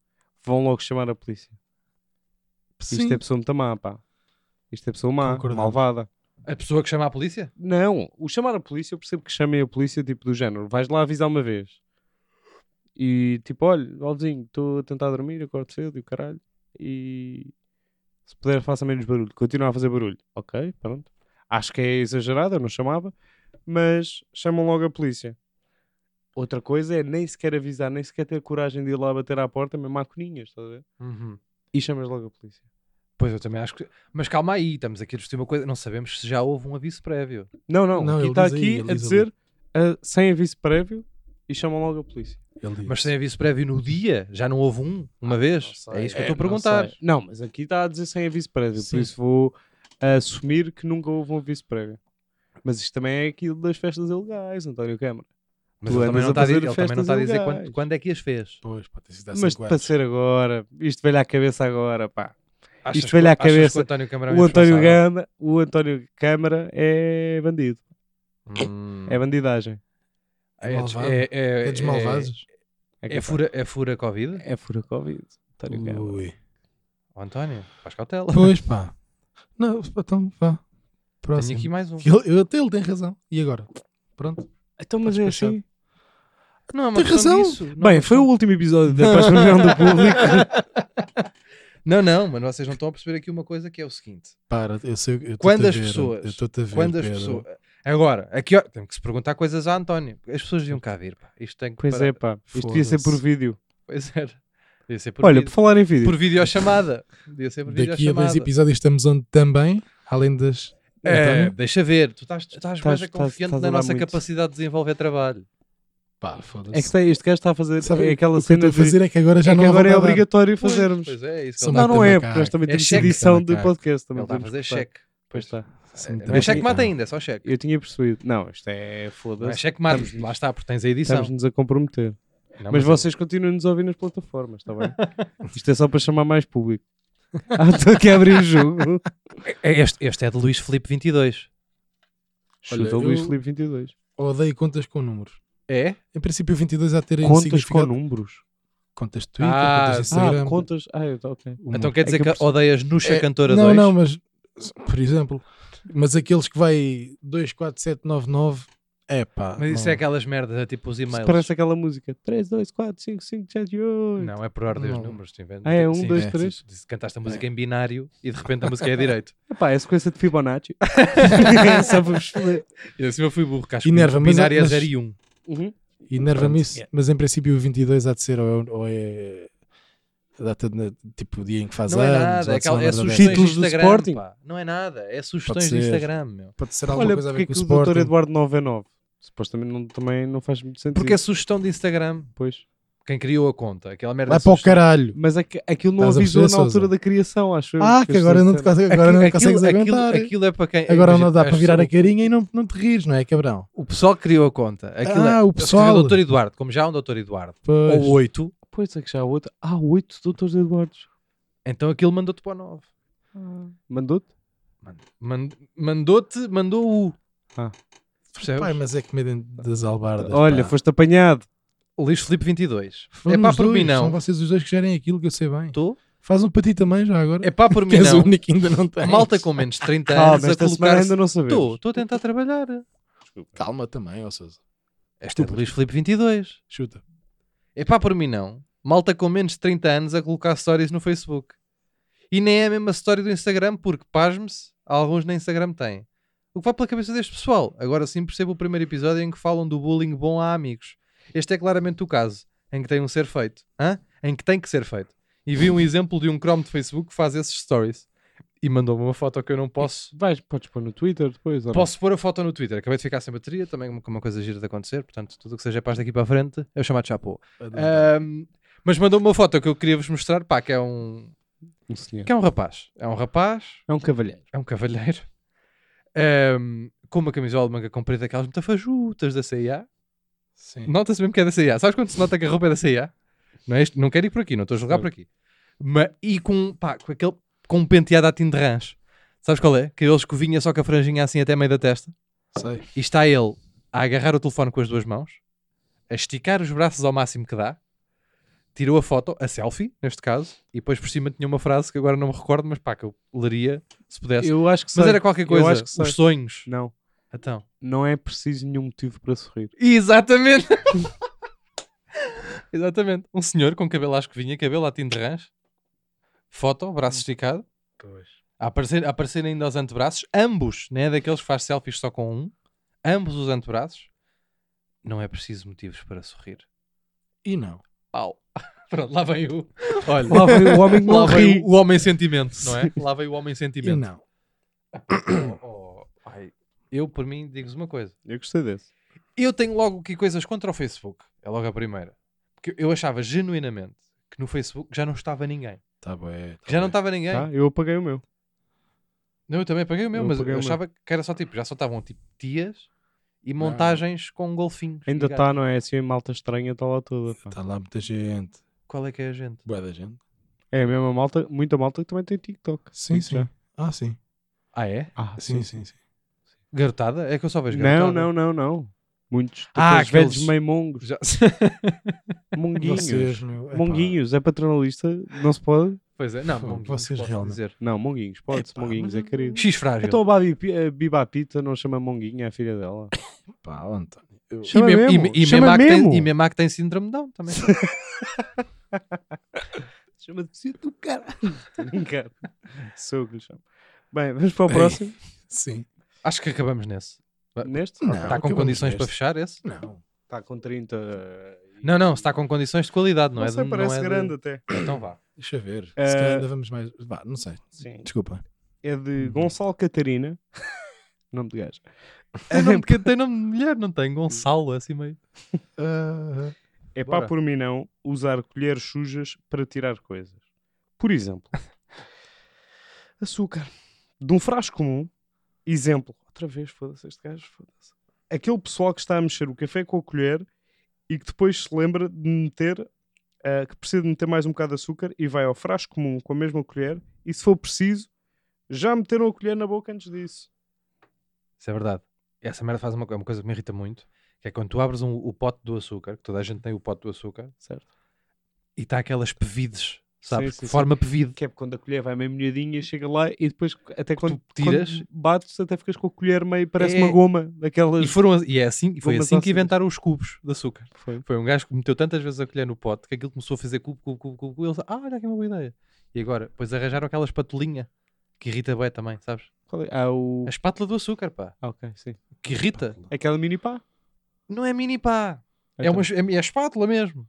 vão logo chamar a polícia. Isto é pessoa muito má, pá. Isto é pessoa má,
Concordamos.
malvada.
A pessoa que chama a polícia?
Não, o chamar a polícia, eu percebo que chamem a polícia, tipo, do género. Vais lá avisar uma vez. E, tipo, olha, Alzinho, estou a tentar dormir, acordo cedo e o caralho. E, se puder, faça menos barulho. Continua a fazer barulho. Ok, pronto. Acho que é exagerado, eu não chamava. Mas chamam logo a polícia. Outra coisa é nem sequer avisar, nem sequer ter coragem de ir lá bater à porta, mesmo à coninhas, estás a ver? E chamas logo a polícia.
Pois eu também acho que. Mas calma aí, estamos aqui a discutir uma coisa. Não sabemos se já houve um aviso prévio.
Não, não,
Não,
e
ele
está
diz aí,
aqui
ele
a
diz
dizer ah, sem aviso prévio e chamam logo a polícia.
Mas sem aviso prévio no dia, já não houve um, uma vez?
Ah, Não sei.
É isso que eu estou
não
a perguntar.
sei. Não, mas aqui está a dizer sem aviso prévio,
Sim.
por isso vou assumir que nunca houve um aviso prévio. Mas isto também é aquilo das festas ilegais, António Câmara.
Mas
Tu
ele
andas
também não
a
está a, dizer-
fazer
ele também não
festas um
está a dizer
ilegais.
quando, quando é que as fez.
Pois, pode ter sido há
Mas
cinco
para
anos.
ser agora, isto veio à cabeça agora, pá.
Achas
veio-lhe
que-
à
achas que
cabeça.
O António, Câmara é
O António,
responsável?
Gama, o António Câmara é bandido,
Hum.
é bandidagem.
É, des-
Malvado.
é, é,
É dos malvados?
É, é fura, é fura Covid?
É fura Covid, António Câmara.
Ui.
Ó, António, faz cautela.
Pois pá. Não, então vá.
Tenho
Próximo.
aqui mais um.
Ele, eu- até ele tem razão. E agora? Pronto.
Então, mas é
despachado.
assim.
Não, é uma
Tem
questão
razão.
disso. Não,
Bem, foi o último episódio da Paixão do Público.
Não, não, mas vocês não estão a perceber aqui uma coisa que é o seguinte.
Para, eu sei. Eu
Quando
tô-te a
as
ver,
pessoas-
Eu estou-te a ver.
Quando as
Pedro.
pessoas... Agora, aqui ó, tem que se perguntar coisas a António. As pessoas deviam cá vir, pá. Isto tem que
Pois
parar.
é, pá. Isto devia ser por
Foda-se.
vídeo.
Pois era. Devia ser por,
Olha,
vídeo.
por falar em vídeo.
por videochamada. Devia ser por
Daqui a dois
videochamada.
episódios estamos onde também, além das.
É,
António?
deixa ver. Tu estás, tu estás,
Estás-
mais
estás-
confiante
estás a
na
dar
nossa
muito.
capacidade de desenvolver trabalho.
Pá,
É que
foda-se.
tem, este gajo está a fazer
Sabe,
é aquela
o que eu
cena
estou a
de fazer
fazer é que agora já
é que
não vou
agora é
mandar.
obrigatório
Pois,
fazermos.
Pois é, isso que
São
ele
não,
Mata
não é,
macaco.
porque nós também
É
temos
cheque,
edição de
macaco.
podcast. Também
Ele está a
temos
fazer
que cortar.
cheque.
Pois está.
Sim,
Não é cheque
também.
mata ainda, é só cheque.
Eu tinha percebido. Não, isto é
Não é
foda-se.
cheque mata,
Estamos-
lá está, porque tens a edição.
Estamos-nos a comprometer.
Não,
mas
mas é-
vocês continuam-nos a ouvir nas plataformas, está bem? isto é só para chamar mais público. Ah, estou aqui a abrir o jogo.
É, Este, este é de Luís Filipe 22.
Olha,
Chuta o Luís
eu-
Filipe 22.
Odeio contas com números.
É?
Em princípio, o 22 há de ter aí
Contas com
significado-
números.
Contas de Twitter,
Ah,
contas de Instagram.
Ah, contas. Ah, eu- ok.
o
Então
número.
quer dizer
que
que,
eu perce-
odeias Nuxa
É,
Cantora
Não,
2?
não, mas por exemplo, mas aqueles que vai 24799, é pá.
Mas isso
não-
é aquelas merdas, é tipo os
Isso
e-mails.
parece aquela música. 3, 2, 4, 5, 5, 7, 8.
Não, é por ordem dos
Não.
números. tu inventas-
Ah, é um,
Sim,
dois,
é,
três.
se- se Cantaste a música em binário e de repente a música é direito.
Epá, é a sequência de Fibonacci. Só para vos foder.
E assim eu fui burro, que acho
Inerva,
que
mas-
binário é
mas-
0 e 1.
E nerva-me
Pronto, é.
isso, mas em princípio o 22 há de ser ou é, ou é a data de, tipo o dia em que faz
Não é
anos,
nada,
ou
é,
de
aquela- é
semana da
sugestões
década.
Títulos
de
do
Instagram,
Sporting.
pá. Não é nada, é sugestões
Pode
de
ser.
Instagram, meu.
Pode ser alguma
Olha,
coisa a
porque
ver
é
com
que
o
o Dr.
Sporting.
Eduardo 9 é 9? Supostamente não, também não faz muito sentido.
Porque é sugestão de Instagram,
Pois.
quem criou a conta, aquela merda.
Vai
é
para o
sugestão.
caralho.
Mas é que aquilo não
Estás a
avisou
perceber,
na altura
Sousa?
da criação, acho eu.
Ah,
Porque
que
as
agora não, te,
pessoas
conse- agora não
Aquilo-
consegues
aquilo-
aguentar.
Aquilo é para quem.
agora não dá
as
para virar a
pessoas-
carinha e não, não te rires, não é, cabrão?
O pessoal que criou a conta. Aquilo
Ah,
é,
o
eles
pessoal.
escreveram Dr. Eduardo, como já é um Dr. Eduardo,
Pois.
ou 8,
têm. Pois é que já há outro. Há 8 doutores Eduardos.
então aquilo mandou-te para o 9.
Mandou-te?
Mandou-te, mandou o.
Ah.
Percebes?
Pai, mas é que medo das albardas.
Olha,
pá.
foste apanhado.
Luís Filipe 22.
Foram
é pá
os
por
dois,
mim não.
São vocês os dois que gerem aquilo que eu sei bem.
Tô.
Faz um para ti também já agora.
É pá por
que
mim
és o
não.
único que ainda não tens.
Malta com menos de 30 anos
Calma,
a
esta semana
colocar-se.
ainda não sabemos.
Estou, estou a tentar trabalhar.
Calma também, ó Sousa.
Esta é de Luís Filipe 22.
Chuta.
É pá por mim não. Malta com menos de 30 anos a colocar stories no Facebook. E nem é a mesma história do Instagram, porque, pasme-se, alguns nem Instagram têm. O que vai pela cabeça deste pessoal? Agora sim percebo o primeiro episódio em que falam do bullying bom a amigos. Este é claramente o caso, em que tem um ser feito. Hã? Em que tem que ser feito. E vi um exemplo de um Chrome de Facebook que faz esses stories. E mandou-me uma foto que eu não posso
Vais, podes pôr no Twitter depois. ou não?
Posso pôr a foto no Twitter. Acabei de ficar sem bateria, também uma- com uma coisa gira de acontecer. Portanto, tudo o que seja paz daqui para a frente é o chamado chapô. Ahm, mas mandou uma foto que eu queria vos mostrar. Pá, que é um.
Um senhor.
Que é um rapaz. É um rapaz,
É um cavalheiro.
é um cavalheiro. ahm, com uma camisola de manga comprida, aquelas muito fajutas da CIA.
Sim.
Nota-se mesmo que é da CIA. Sabes quando se nota que a roupa é da CIA? Não, é isto? não quero ir por aqui, não estou a julgar por aqui. Mas, e com, pá, com aquele. com um penteado à tinta de rãs. Sabes qual é? Que eles covinha só com a franjinha assim até meio da testa.
Sei.
E está ele a agarrar o telefone com as duas mãos, a esticar os braços ao máximo que dá, tirou a foto, a selfie, neste caso, e depois por cima tinha uma frase que agora não me recordo, mas pá, que eu leria se pudesse.
Eu acho que
mas
sei.
era qualquer
Eu
coisa,
acho que sei.
os sonhos.
Não,
Então.
não é preciso nenhum motivo para sorrir.
Exatamente! Exatamente. Um senhor com cabelo às que vinha, cabelo à tinta de rãs, foto, braço esticado, a aparecer, a aparecer ainda os antebraços, ambos, não é daqueles que faz selfies só com um, ambos os antebraços. Não é preciso motivos para sorrir.
E não.
Pau. Pronto, lá vem o. Olha,
Lá vem o homem que não
lá vem
ri.
o, o homem sentimento, não é? Lá vem o homem
E
sentimento.
não.
Oh, oh, ai. Eu, por mim, digo-vos uma coisa.
Eu gostei desse.
Eu tenho logo aqui coisas contra o Facebook. É logo a primeira. Porque eu achava genuinamente que no Facebook já não estava ninguém.
Tá bem. tá
já não
bem.
estava ninguém.
Tá? Eu apaguei o meu.
Não, eu também paguei o meu,
Eu
mas
apaguei
eu
o meu.
achava que era só tipo, já só estavam tipo tias e montagens com golfinhos.
Ainda
e gatos.
está, não é? Assim, a malta estranha está lá toda. pá.
Está Tá lá muita gente.
Qual é que é a gente?
Boa da gente.
É a mesma malta, muita malta que também tem TikTok.
Sim,
Digo
sim.
já.
Ah, sim.
Ah, é?
Ah,
Sim, sim, sim.
Garotada? É que eu só vejo garotada.
Não, não, não, não. Muitos
Ah,
daqueles velhos
aqueles-
meio mongos.
Já-
Monguinhos.
Vocês, meu. epá.
monguinhos, é paternalista, não se pode?
Pois é, não,
Fogo,
monguinhos,
vocês
posso
realmente.
dizer.
Não, monguinhos, pode-se,
Epá,
monguinhos, é
mas-
querido.
X frágil.
Então a Babi, Pi- a Biba Pita não chama monguinha é a filha dela.
Pá, António. Eu-
Chama
e, mesmo,
mesmo,
e, e,
chama
mesmo há que
mesmo.
Tem, e mesmo há que tem síndrome de Down também.
Chama de filho do caralho. Brincado. Sou eu que lhe chamo. Bem, vamos para o próximo.
Sim.
Acho que acabamos nesse.
Neste?
Não.
Está com
acabamos
condições
neste.
para fechar esse?
Não.
Está com 30. eh, e-
Não, não, se está com condições de qualidade, não,
Não
é?
sei,
de-
parece
não é de-
grande até.
Então vá.
Deixa ver. Se
Eh,
calhar ainda vamos mais. Vá, não sei.
Sim.
Desculpa.
É de Gonçalo Catarina. Nome É de um gajo.
Tem nome, de- É tem nome de mulher, não tem? Gonçalo, assim meio.
Ah,
É pá,
Bora.
por mim não usar colheres sujas para tirar coisas. Por exemplo, açúcar de um frasco comum. Exemplo, outra vez, foda-se este gajo, foda-se. Aquele pessoal que está a mexer o café com a colher e que depois se lembra de meter, ah, que precisa de meter mais um bocado de açúcar e vai ao frasco comum com a mesma colher e se for preciso, já meteram a colher na boca antes disso.
Isso é verdade. Essa merda faz uma, co- uma coisa que me irrita muito, que é quando tu abres um- o pote do açúcar, que toda a gente tem o pote do açúcar,
Certo.
e está aquelas pevides, sabes?
Sim, sim,
que forma pevide.
Que é quando a colher vai meio molhadinha, chega lá e depois até quando,
tiras.
quando bates, até ficas com a colher meio, parece
É.
uma goma
E,
daquelas.
foram, a- e é assim, e foi
Gomas
assim que
ácidas.
inventaram os cubos de açúcar.
Foi.
Foi um gajo que meteu tantas vezes a colher no pote que aquilo começou a fazer cubo, cubo, cubo, cubo, cubo. E eles, ah, olha que é uma boa ideia. E agora, pois arranjaram aquela espatulinha que irrita bem também, sabes?
Qual é? Ah, o...
A espátula do açúcar, pá.
Ah, ok, sim.
Que irrita.
Aquela mini pá.
Não é mini pá. É,
Então,
uma, é, é espátula mesmo.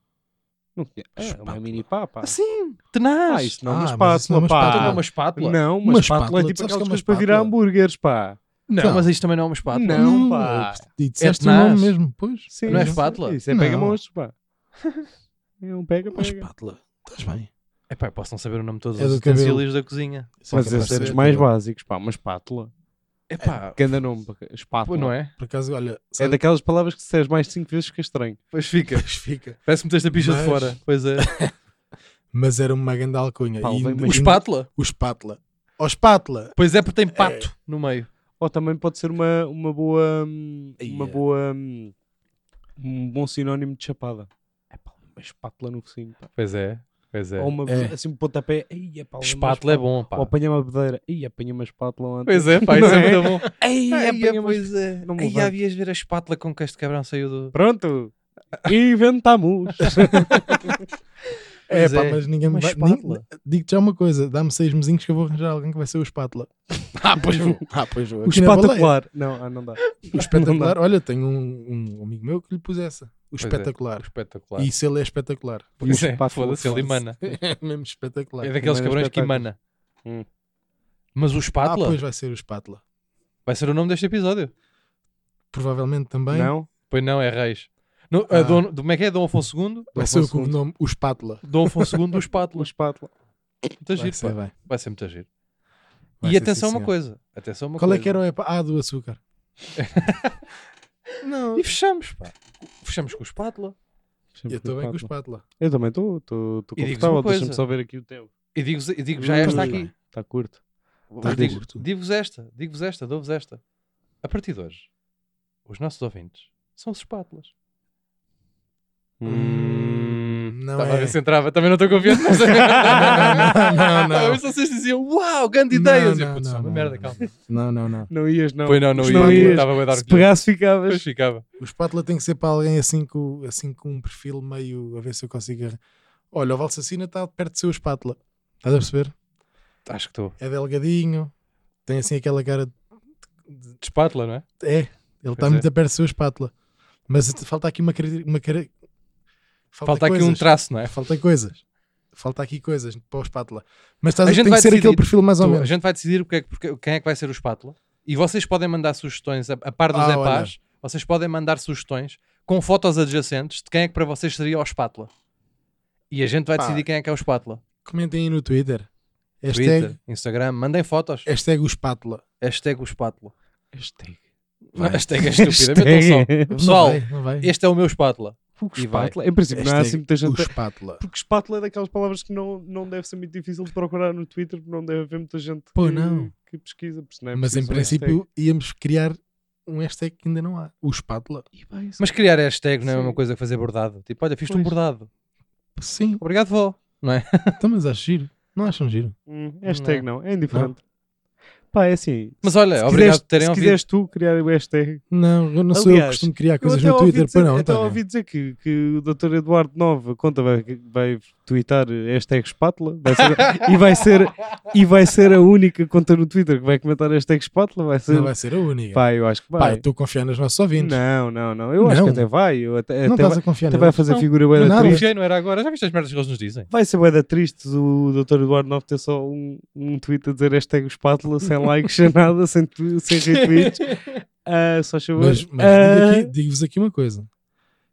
Não, conhe- ah, é uma
Espátula.
mini pá, pá.
Assim,
Ah,
tenaz.
isso não é uma
Ah, mas isso não
espátula,
é uma
pá.
Então não é
espátula,
uma espátula.
Não, uma,
Uma
espátula,
espátula,
tipo
tu sabes que é
aquelas
uma
coisas para virar
espátula?
hambúrgueres, pá.
Não,
Não.
mas isto também não é uma espátula.
Não, pá. É
E disseste o
tenaz.
nome mesmo, pois.
Sim,
Não é
sim.
espátula?
Isso é
Não.
pega-monstros, pá. É um
Uma
pega-pega.
espátula. Estás bem?
Epá, eu posso não saber o nome de todos
É
os
do cabelo.
utensílios da cozinha.
Isso é
Mas
capaz
esses
de
eram os
ser.
mais básicos, pá. Uma espátula.
Epá,
Cada nome, pá,
pô,
espátula.
não é?
Por acaso, olha,
É
sabe-
daquelas palavras que se disseres mais de 5 vezes fica estranho.
Pois fica.
Mas fica.
Parece-me ter esta picha de
Mas-
fora. Pois é.
Mas era uma grande alcunha.
Pá, um.
E
levei
ainda-
uma
O espátula?
O espátula. Ó espátula!
Pois é, porque tem pato no meio.
Ou também pode ser uma, uma boa. hum, Uma
Ia.
é.
boa. hum, Um bom sinónimo de chapada. É pá, uma espátula no focinho. pá.
Pois é. Pois é.
Ou uma,
É.
assim um pontapé. Ei, é pá, uma
Espátula é bom, pá.
Ou apanha uma bedeira. Ei, apanha uma espátula ontem.
Pois é, pá, isso
Não
é
é?
muito bom.
Ei,
Ai,
apanha
é,
uma
pois é.
não me
Ai,
levanto.
já vias ver a espátula com que este cabrão saiu do.
Pronto. Inventamos.
É
Pois
pá,
é,
mas ninguém me
uma
vai.
espátula.
nin- Digo-te já uma coisa: dá-me seis mesinhos que eu vou arranjar alguém que vai ser o espátula.
Ah, pois vou.
Ah, pois vou.
o
é
espetacular. Não, ah, não dá.
O espetacular. Olha, tenho um, um amigo meu que lhe pôs essa. O
é.
espetacular.
Espetacular.
E se ele é espetacular.
Pois é,
espátula
foda-se, ele
faz-
emana.
É mesmo espetacular.
É daqueles
Emana
cabrões que
espetáculo.
emana.
Hum.
Mas o
Ah,
espátula
pois vai ser o espátula.
vai ser o nome deste episódio.
Provavelmente também
Não?
Pois não, é Reis. No-
Ah.
a Dom- do- como é que é? Dom Afonso II?
Dom
vai ser
Afonso
o nome o espátula.
Dom Afonso II do
Uma
Espátula.
espátula.
Muito
Vai
giro,
ser,
pá.
vai.
Vai ser muito giro.
Vai
e
ser,
atenção a
sim,
uma
senhor.
coisa. Atenção a uma
Qual é
coisa.
que era o epa? Ah, do açúcar. não.
E fechamos, pá. Fechamos com o Espátula.
Eu estou bem com o espátula.
Eu também estou. Estou
E digo-vos
confortável.
uma coisa.
Deixa-me só ver aqui o teu.
E digo, digo já
Hum,
esta
tá
aqui.
bem.
Está curto.
Tá
Digo-
curto.
Digo-vos esta, digo-vos esta, dou-vos esta. A partir de hoje, os nossos ouvintes são os espátulas.
Hum.
Não
Estava a
é.
ver se entrava, também não estou confiante nessa.
Não, não, não, não.
Estava a ver se vocês diziam, uau, grande
Não, não,
ideia. Não, não,
não,
uma
não,
merda,
não.
calma.
Não, não, não.
Não ias, não.
Foi não, não
Se
ia.
não ias.
Estava a guardar
Se pegasse, ficavas.
Depois ficava.
O espátula tem que ser para alguém assim com, assim com um perfil meio. a ver se eu consigo. arran- Olha, o Valsacina está perto de ser o espátula. Estás a perceber?
Acho que estou.
É delgadinho, tem assim aquela cara. de-
De espátula, não é?
É, ele está
é.
muito perto de ser o espátula. Mas falta aqui uma. cari- uma cara...
Falta, aqui um
coisas.
traço, não é?
Falta coisas. Falta aqui coisas para o espátula. Mas estás
A
a,
gente
tem que
vai
ser
decidir.
aquele perfil mais ou
Tu- a
menos.
gente vai decidir o que é que- porque- quem é que vai ser o espátula. E vocês podem mandar sugestões, a, a par dos
Ah,
é epás, vocês podem mandar sugestões com fotos adjacentes de quem é que para vocês seria o espátula. E a gente vai
Pá.
decidir quem é que é o espátula.
Comentem aí no Twitter. Hashtag,
Twitter, Instagram, mandem fotos.
hashtag o espátula.
Hashtag o espátula.
Hashtag.
Não, Hashtag é estúpida. metam só. Pessoal,
não vai, não vai.
Este é o meu espátula.
Porque
E vai.
espátula. Em princípio, não há
Hashtag
assim muita gente.
o espátula.
Porque espátula é daquelas palavras que não, não deve ser muito difícil de procurar no Twitter, porque não deve haver muita gente
Pô,
que,
não.
que pesquisa. por isso não é
Mas em
preciso um
princípio íamos criar um hashtag que ainda não há. O espátula.
hashtag. E vai,
Mas criar hashtag não é a mesma
Sim.
coisa que fazer bordado. Tipo, olha, fiz-te um
Pois.
bordado.
Sim,
Obrigado, vó.
então, mas acho giro. Não acham giro?
Hum, hashtag não. é indiferente. Pá, é assim.
Mas olha,
se
obrigado
quiseres,
por terem
se
ouvido.
quiseres tu criar o hashtag.
Não, eu não sou eu que
Aliás,
costumo criar
Eu
coisas
até
no
ouvi
Twitter.
dizer,
Para não,
até
António.
ouvi dizer que, que o Dr. Eduardo Nova conta vai, vai tweetar hashtag espátula vai ser- e, vai ser, e vai ser a única conta no Twitter que vai comentar hashtag espátula. Vai ser,
Não vai ser a única.
Pá, eu acho que vai.
Pá, eu estou a confiar nos nossos ouvintes.
Não, não, não. Eu acho
Não.
que até vai. Eu até, até
Não estás
vai,
a confiar
até
neles.
vai fazer
Não.
figura bué
Não,
da
nada.
triste.
Confiei, não era agora. Já viste as merdas que eles nos dizem?
Vai ser bué da triste o Dr. Eduardo Novo ter só um, um tweet a dizer hashtag espátula, sem likes, sem nada, sem, tu- sem retweets. Ah, só chavou.
Mas, mas
Ah,
digo aqui- digo-vos aqui uma coisa: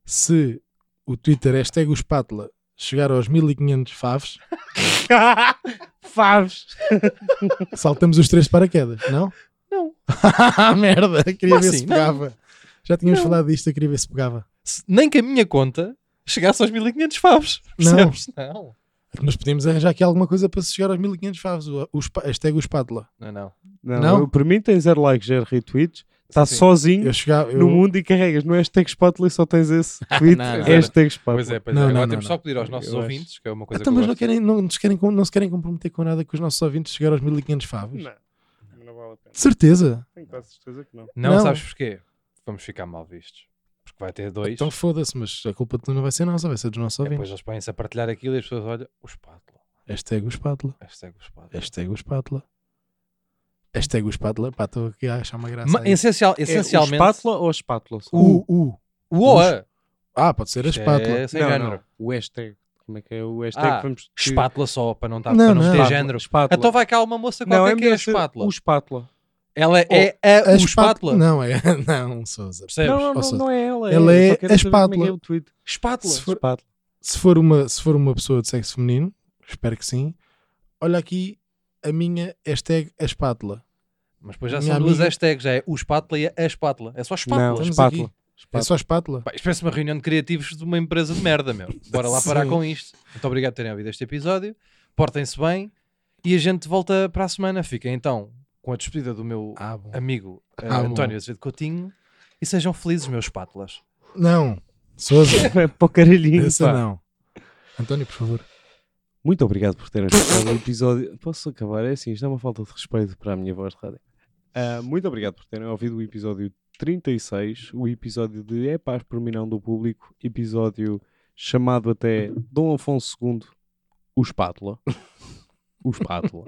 se o Twitter hashtag o espátula chegar aos 1500 favos,
Ah, Faves.
saltamos os três de paraquedas, não? Ah,
Não.
Merda, queria
Como
ver
assim?
se pegava. Já tínhamos
Não.
falado disto, eu queria ver se pegava.
Se- nem que a minha conta chegasse aos 1500 favos.
Não.
Percebes? Não.
Nós podemos arranjar aqui alguma coisa para se chegar aos 1500 favos, o, o espa- hashtag o espátula.
Não, não.
Não,
Não?
eu- por mim tem zero likes, zero retweets. Está
Sim.
sozinho
Eu chegava. eu-
Hum. no mundo e carregas no hashtag Spotly só tens esse tweet.
Não, não.
hashtag Spotly.
Pois é, pois
Não,
é.
não,
Agora
não,
temos
não.
só que pedir aos
Eu
nossos
acho.
ouvintes, que é uma coisa
Então,
que eu
mas não,
gosto.
querem, não, nos querem, com- não se querem comprometer com nada que os nossos ouvintes chegar aos 1500 favos?
Não, não vale a pena.
De certeza.
Tenho quase certeza que não.
Não,
Não.
sabes porquê? Vamos ficar mal vistos. Porque vai ter dois.
Então foda-se, mas a culpa não vai ser nossa, vai ser dos nossos
e depois
ouvintes.
eles põem-se a partilhar aquilo e as pessoas olham. O espátula.
Hashtag o espátula.
Hashtag o espátula.
Hashtag É o espátula. Hashtag o espátula. Pá, estou aqui a achar uma graça.
Ma-
aí.
essencial,
É o
essencialmente.
espátula ou a espátula? só?
O, o.
o OA.
Ah, pode ser a espátula.
É, sem
não,
género.
não. O hashtag. Como é que é o hashtag?
Ah,
que vamos... que-
Espátula só, para não, estar-
Não,
para não
não.
ter
Espátula,
género.
Espátula.
Então vai cá uma moça
Não,
qualquer
é
que é a
melhor ser
espátula.
o espátula.
Ela é a,
A
o
espát-
espátula.
Não, é. Não, Sousa.
Percebes?
Não,
Ou
não, não,
seja,
não é ela.
ela
eu
é
só quero
a
saber como É que é
espátula.
o tweet.
Espátula.
Se for-
Espátula.
Se for, uma, se for uma pessoa de sexo feminino, espero que sim. Olha aqui a minha hashtag a espátula.
Mas depois já
Minha
são duas
amiga-
hashtags, já é o espátula e a espátula. É só
Não,
espátula.
Estamos
espátula.
aqui. É só a espátula.
Pá, isto parece uma reunião de criativos de uma empresa de merda, meu. Bora lá
Sim.
parar com isto. Muito obrigado por terem ouvido este episódio. Portem-se bem e a gente volta para a semana. Fiquem então com a despedida do meu
Ah, bom.
amigo eh,
Ah, bom.
António Azevedo Coutinho e sejam felizes, meus espátulas.
Não. Sousa.
É para o caralhinho.
Essa
pá.
não. António, por favor.
Muito obrigado por terem escutado o episódio. Posso acabar? É assim, isto é uma falta de respeito para a minha voz de rádio. Ah, muito obrigado por terem ouvido o episódio 36, o episódio de É Paz por Minão do Público, episódio chamado até Dom Afonso II, o Espátula. O Espátula.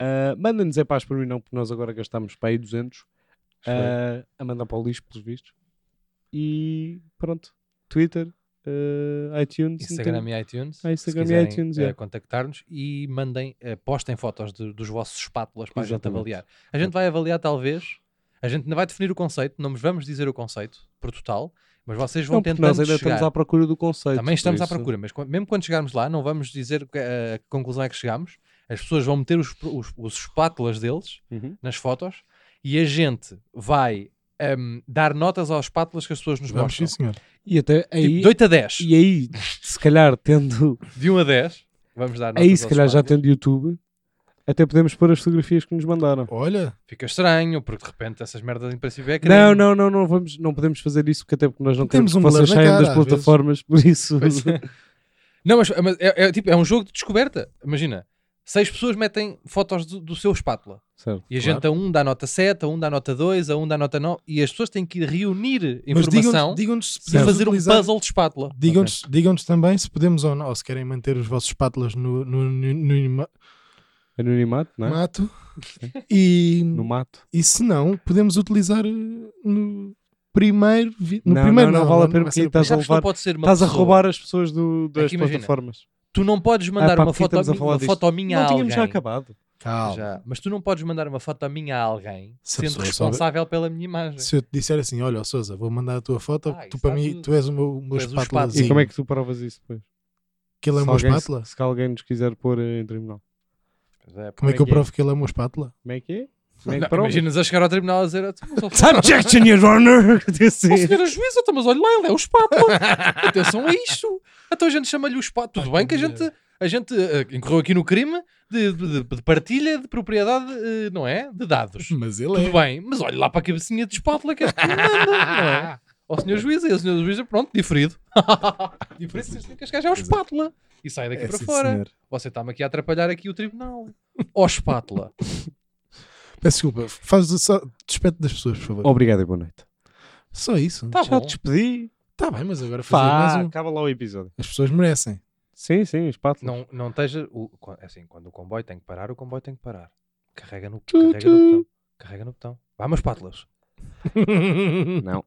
Ah, Mandem-nos É Paz por Minão, porque nós agora gastamos para aí 200 ah, a mandar para o lixo, pelos vistos. E pronto, Twitter, ah, iTunes, não
Instagram
tem-
e iTunes.
Ah, Instagram e
se quiserem,
iTunes,
eh,
yeah.
contactar-nos e mandem, eh, postem fotos de- dos vossos espátulas para a gente
Exatamente.
avaliar. A gente vai avaliar, talvez. A gente não vai definir o conceito, não nos vamos dizer o conceito por total, mas vocês vão
Não, porque
tentando
nós ainda
chegar.
estamos à procura do conceito.
Também
por
estamos à
isso.
procura, mas quan- mesmo quando chegarmos lá, não vamos dizer que- a que conclusão é que chegamos. As pessoas vão meter os, os, os espátulas deles
Uhum.
nas fotos e a gente vai hum, dar notas aos espátulas que as pessoas nos
Vamos, sim,
mostram.
senhor.
E até aí,
Tipo, de 8 a 10.
e aí, se calhar tendo,
De 1 a 10, vamos dar notas
aí se
aos
calhar já
espátulas.
tendo YouTube, Até podemos pôr as fotografias que nos mandaram.
Olha,
Fica estranho, porque de repente essas merdas em princípio é crime.
Não, não, não, não, vamos, não podemos fazer isso, porque até porque nós não queremos
Temos
que
um
vocês
blur na
saiam
cara,
das
às vezes.
plataformas, por isso.
Pois é. Não, mas, mas é, é tipo, é um jogo de descoberta. Imagina, seis pessoas metem fotos do, do seu espátula.
Certo.
E a
Claro.
gente a um dá nota 7, a um dá nota 2, a um dá nota 9. E as pessoas têm que ir reunir
mas digam-nos
informação
digam se
e
podemos
fazer um
utilizar-
puzzle de espátula.
Digam-nos digam-nos também se podemos ou não, ou se querem manter os vossos espátulas no, no, no- no ima-
Anonimato, não é?
mato e,
No mato.
e se não, podemos utilizar eh, no primeiro. vi- No
Não,
primeiro
não, não vale a pena
vai ser
porque
no primeiro.
estás a
Sabes que não
levar-
pode ser uma
Estás a
pessoa.
roubar as pessoas do- das
que imagina,
plataformas.
Tu não podes mandar
Ah, pá,
uma,
porque
foto, a
estamos a
mim-
falar
uma
disto?
foto minha
Não
a alguém.
tínhamos já acabado. é
Calma.
Já, Mas tu não podes mandar uma foto a minha a alguém
Se a
sendo
pessoa souber-
responsável pela minha imagem.
Se eu te disser assim, olha, ó Sousa, vou mandar a tua foto,
Ah,
tu
isso
para
está
mim,
tudo.
tu és o meu, meu
és o
espátulazinho.
E como é que tu provas isso depois?
que ele é o
Se
meu
alguém-
espátula?
Se alguém nos quiser pôr eh, em tribunal.
Pois é,
Como é que eu
é que é?
provo que ele é o meu espátula?
Como é que é? Como é que
Não,
provas?
Imaginas a chegar ao tribunal a dizer: "Tu, mas,
é
ó,
Objection, Your Honor!
Ó senhora juíza, então, mas olha lá, ele é o espátula. Atenção a isto. Então a gente chama-lhe o espátula. Tudo
Ah,
bem que a
que
gente, a gente eh, incorreu aqui no crime de, de- de partilha de propriedade, eh, não é? De dados.
Mas ele
Tudo
é.
bem, mas olha lá para a cabecinha de espátula que este me manda, não é? Ó senhor juíza, e o senhor juíza, pronto, diferido. diferido, que este gajo é o espátula. E sai daqui
É,
para
sim,
fora.
senhor.
Você está-me aqui a atrapalhar aqui o tribunal. Ó espátula.
Tá Peço desculpa, faz só despeito das pessoas, por favor.
Obrigado e boa noite.
Só isso.
Tá
já
bom.
te despedi.
Tá bem, mas agora fazer
Pá,
mais um.
acaba lá o episódio.
As pessoas merecem.
Sim, sim, espátula.
Não, não esteja. O, quan- é assim, quando o comboio tem que parar, o comboio tem que parar. Carrega no,
Tchu,
carrega no
tchu.
botão. Carrega no botão. Vá, meus pátulas.
Não.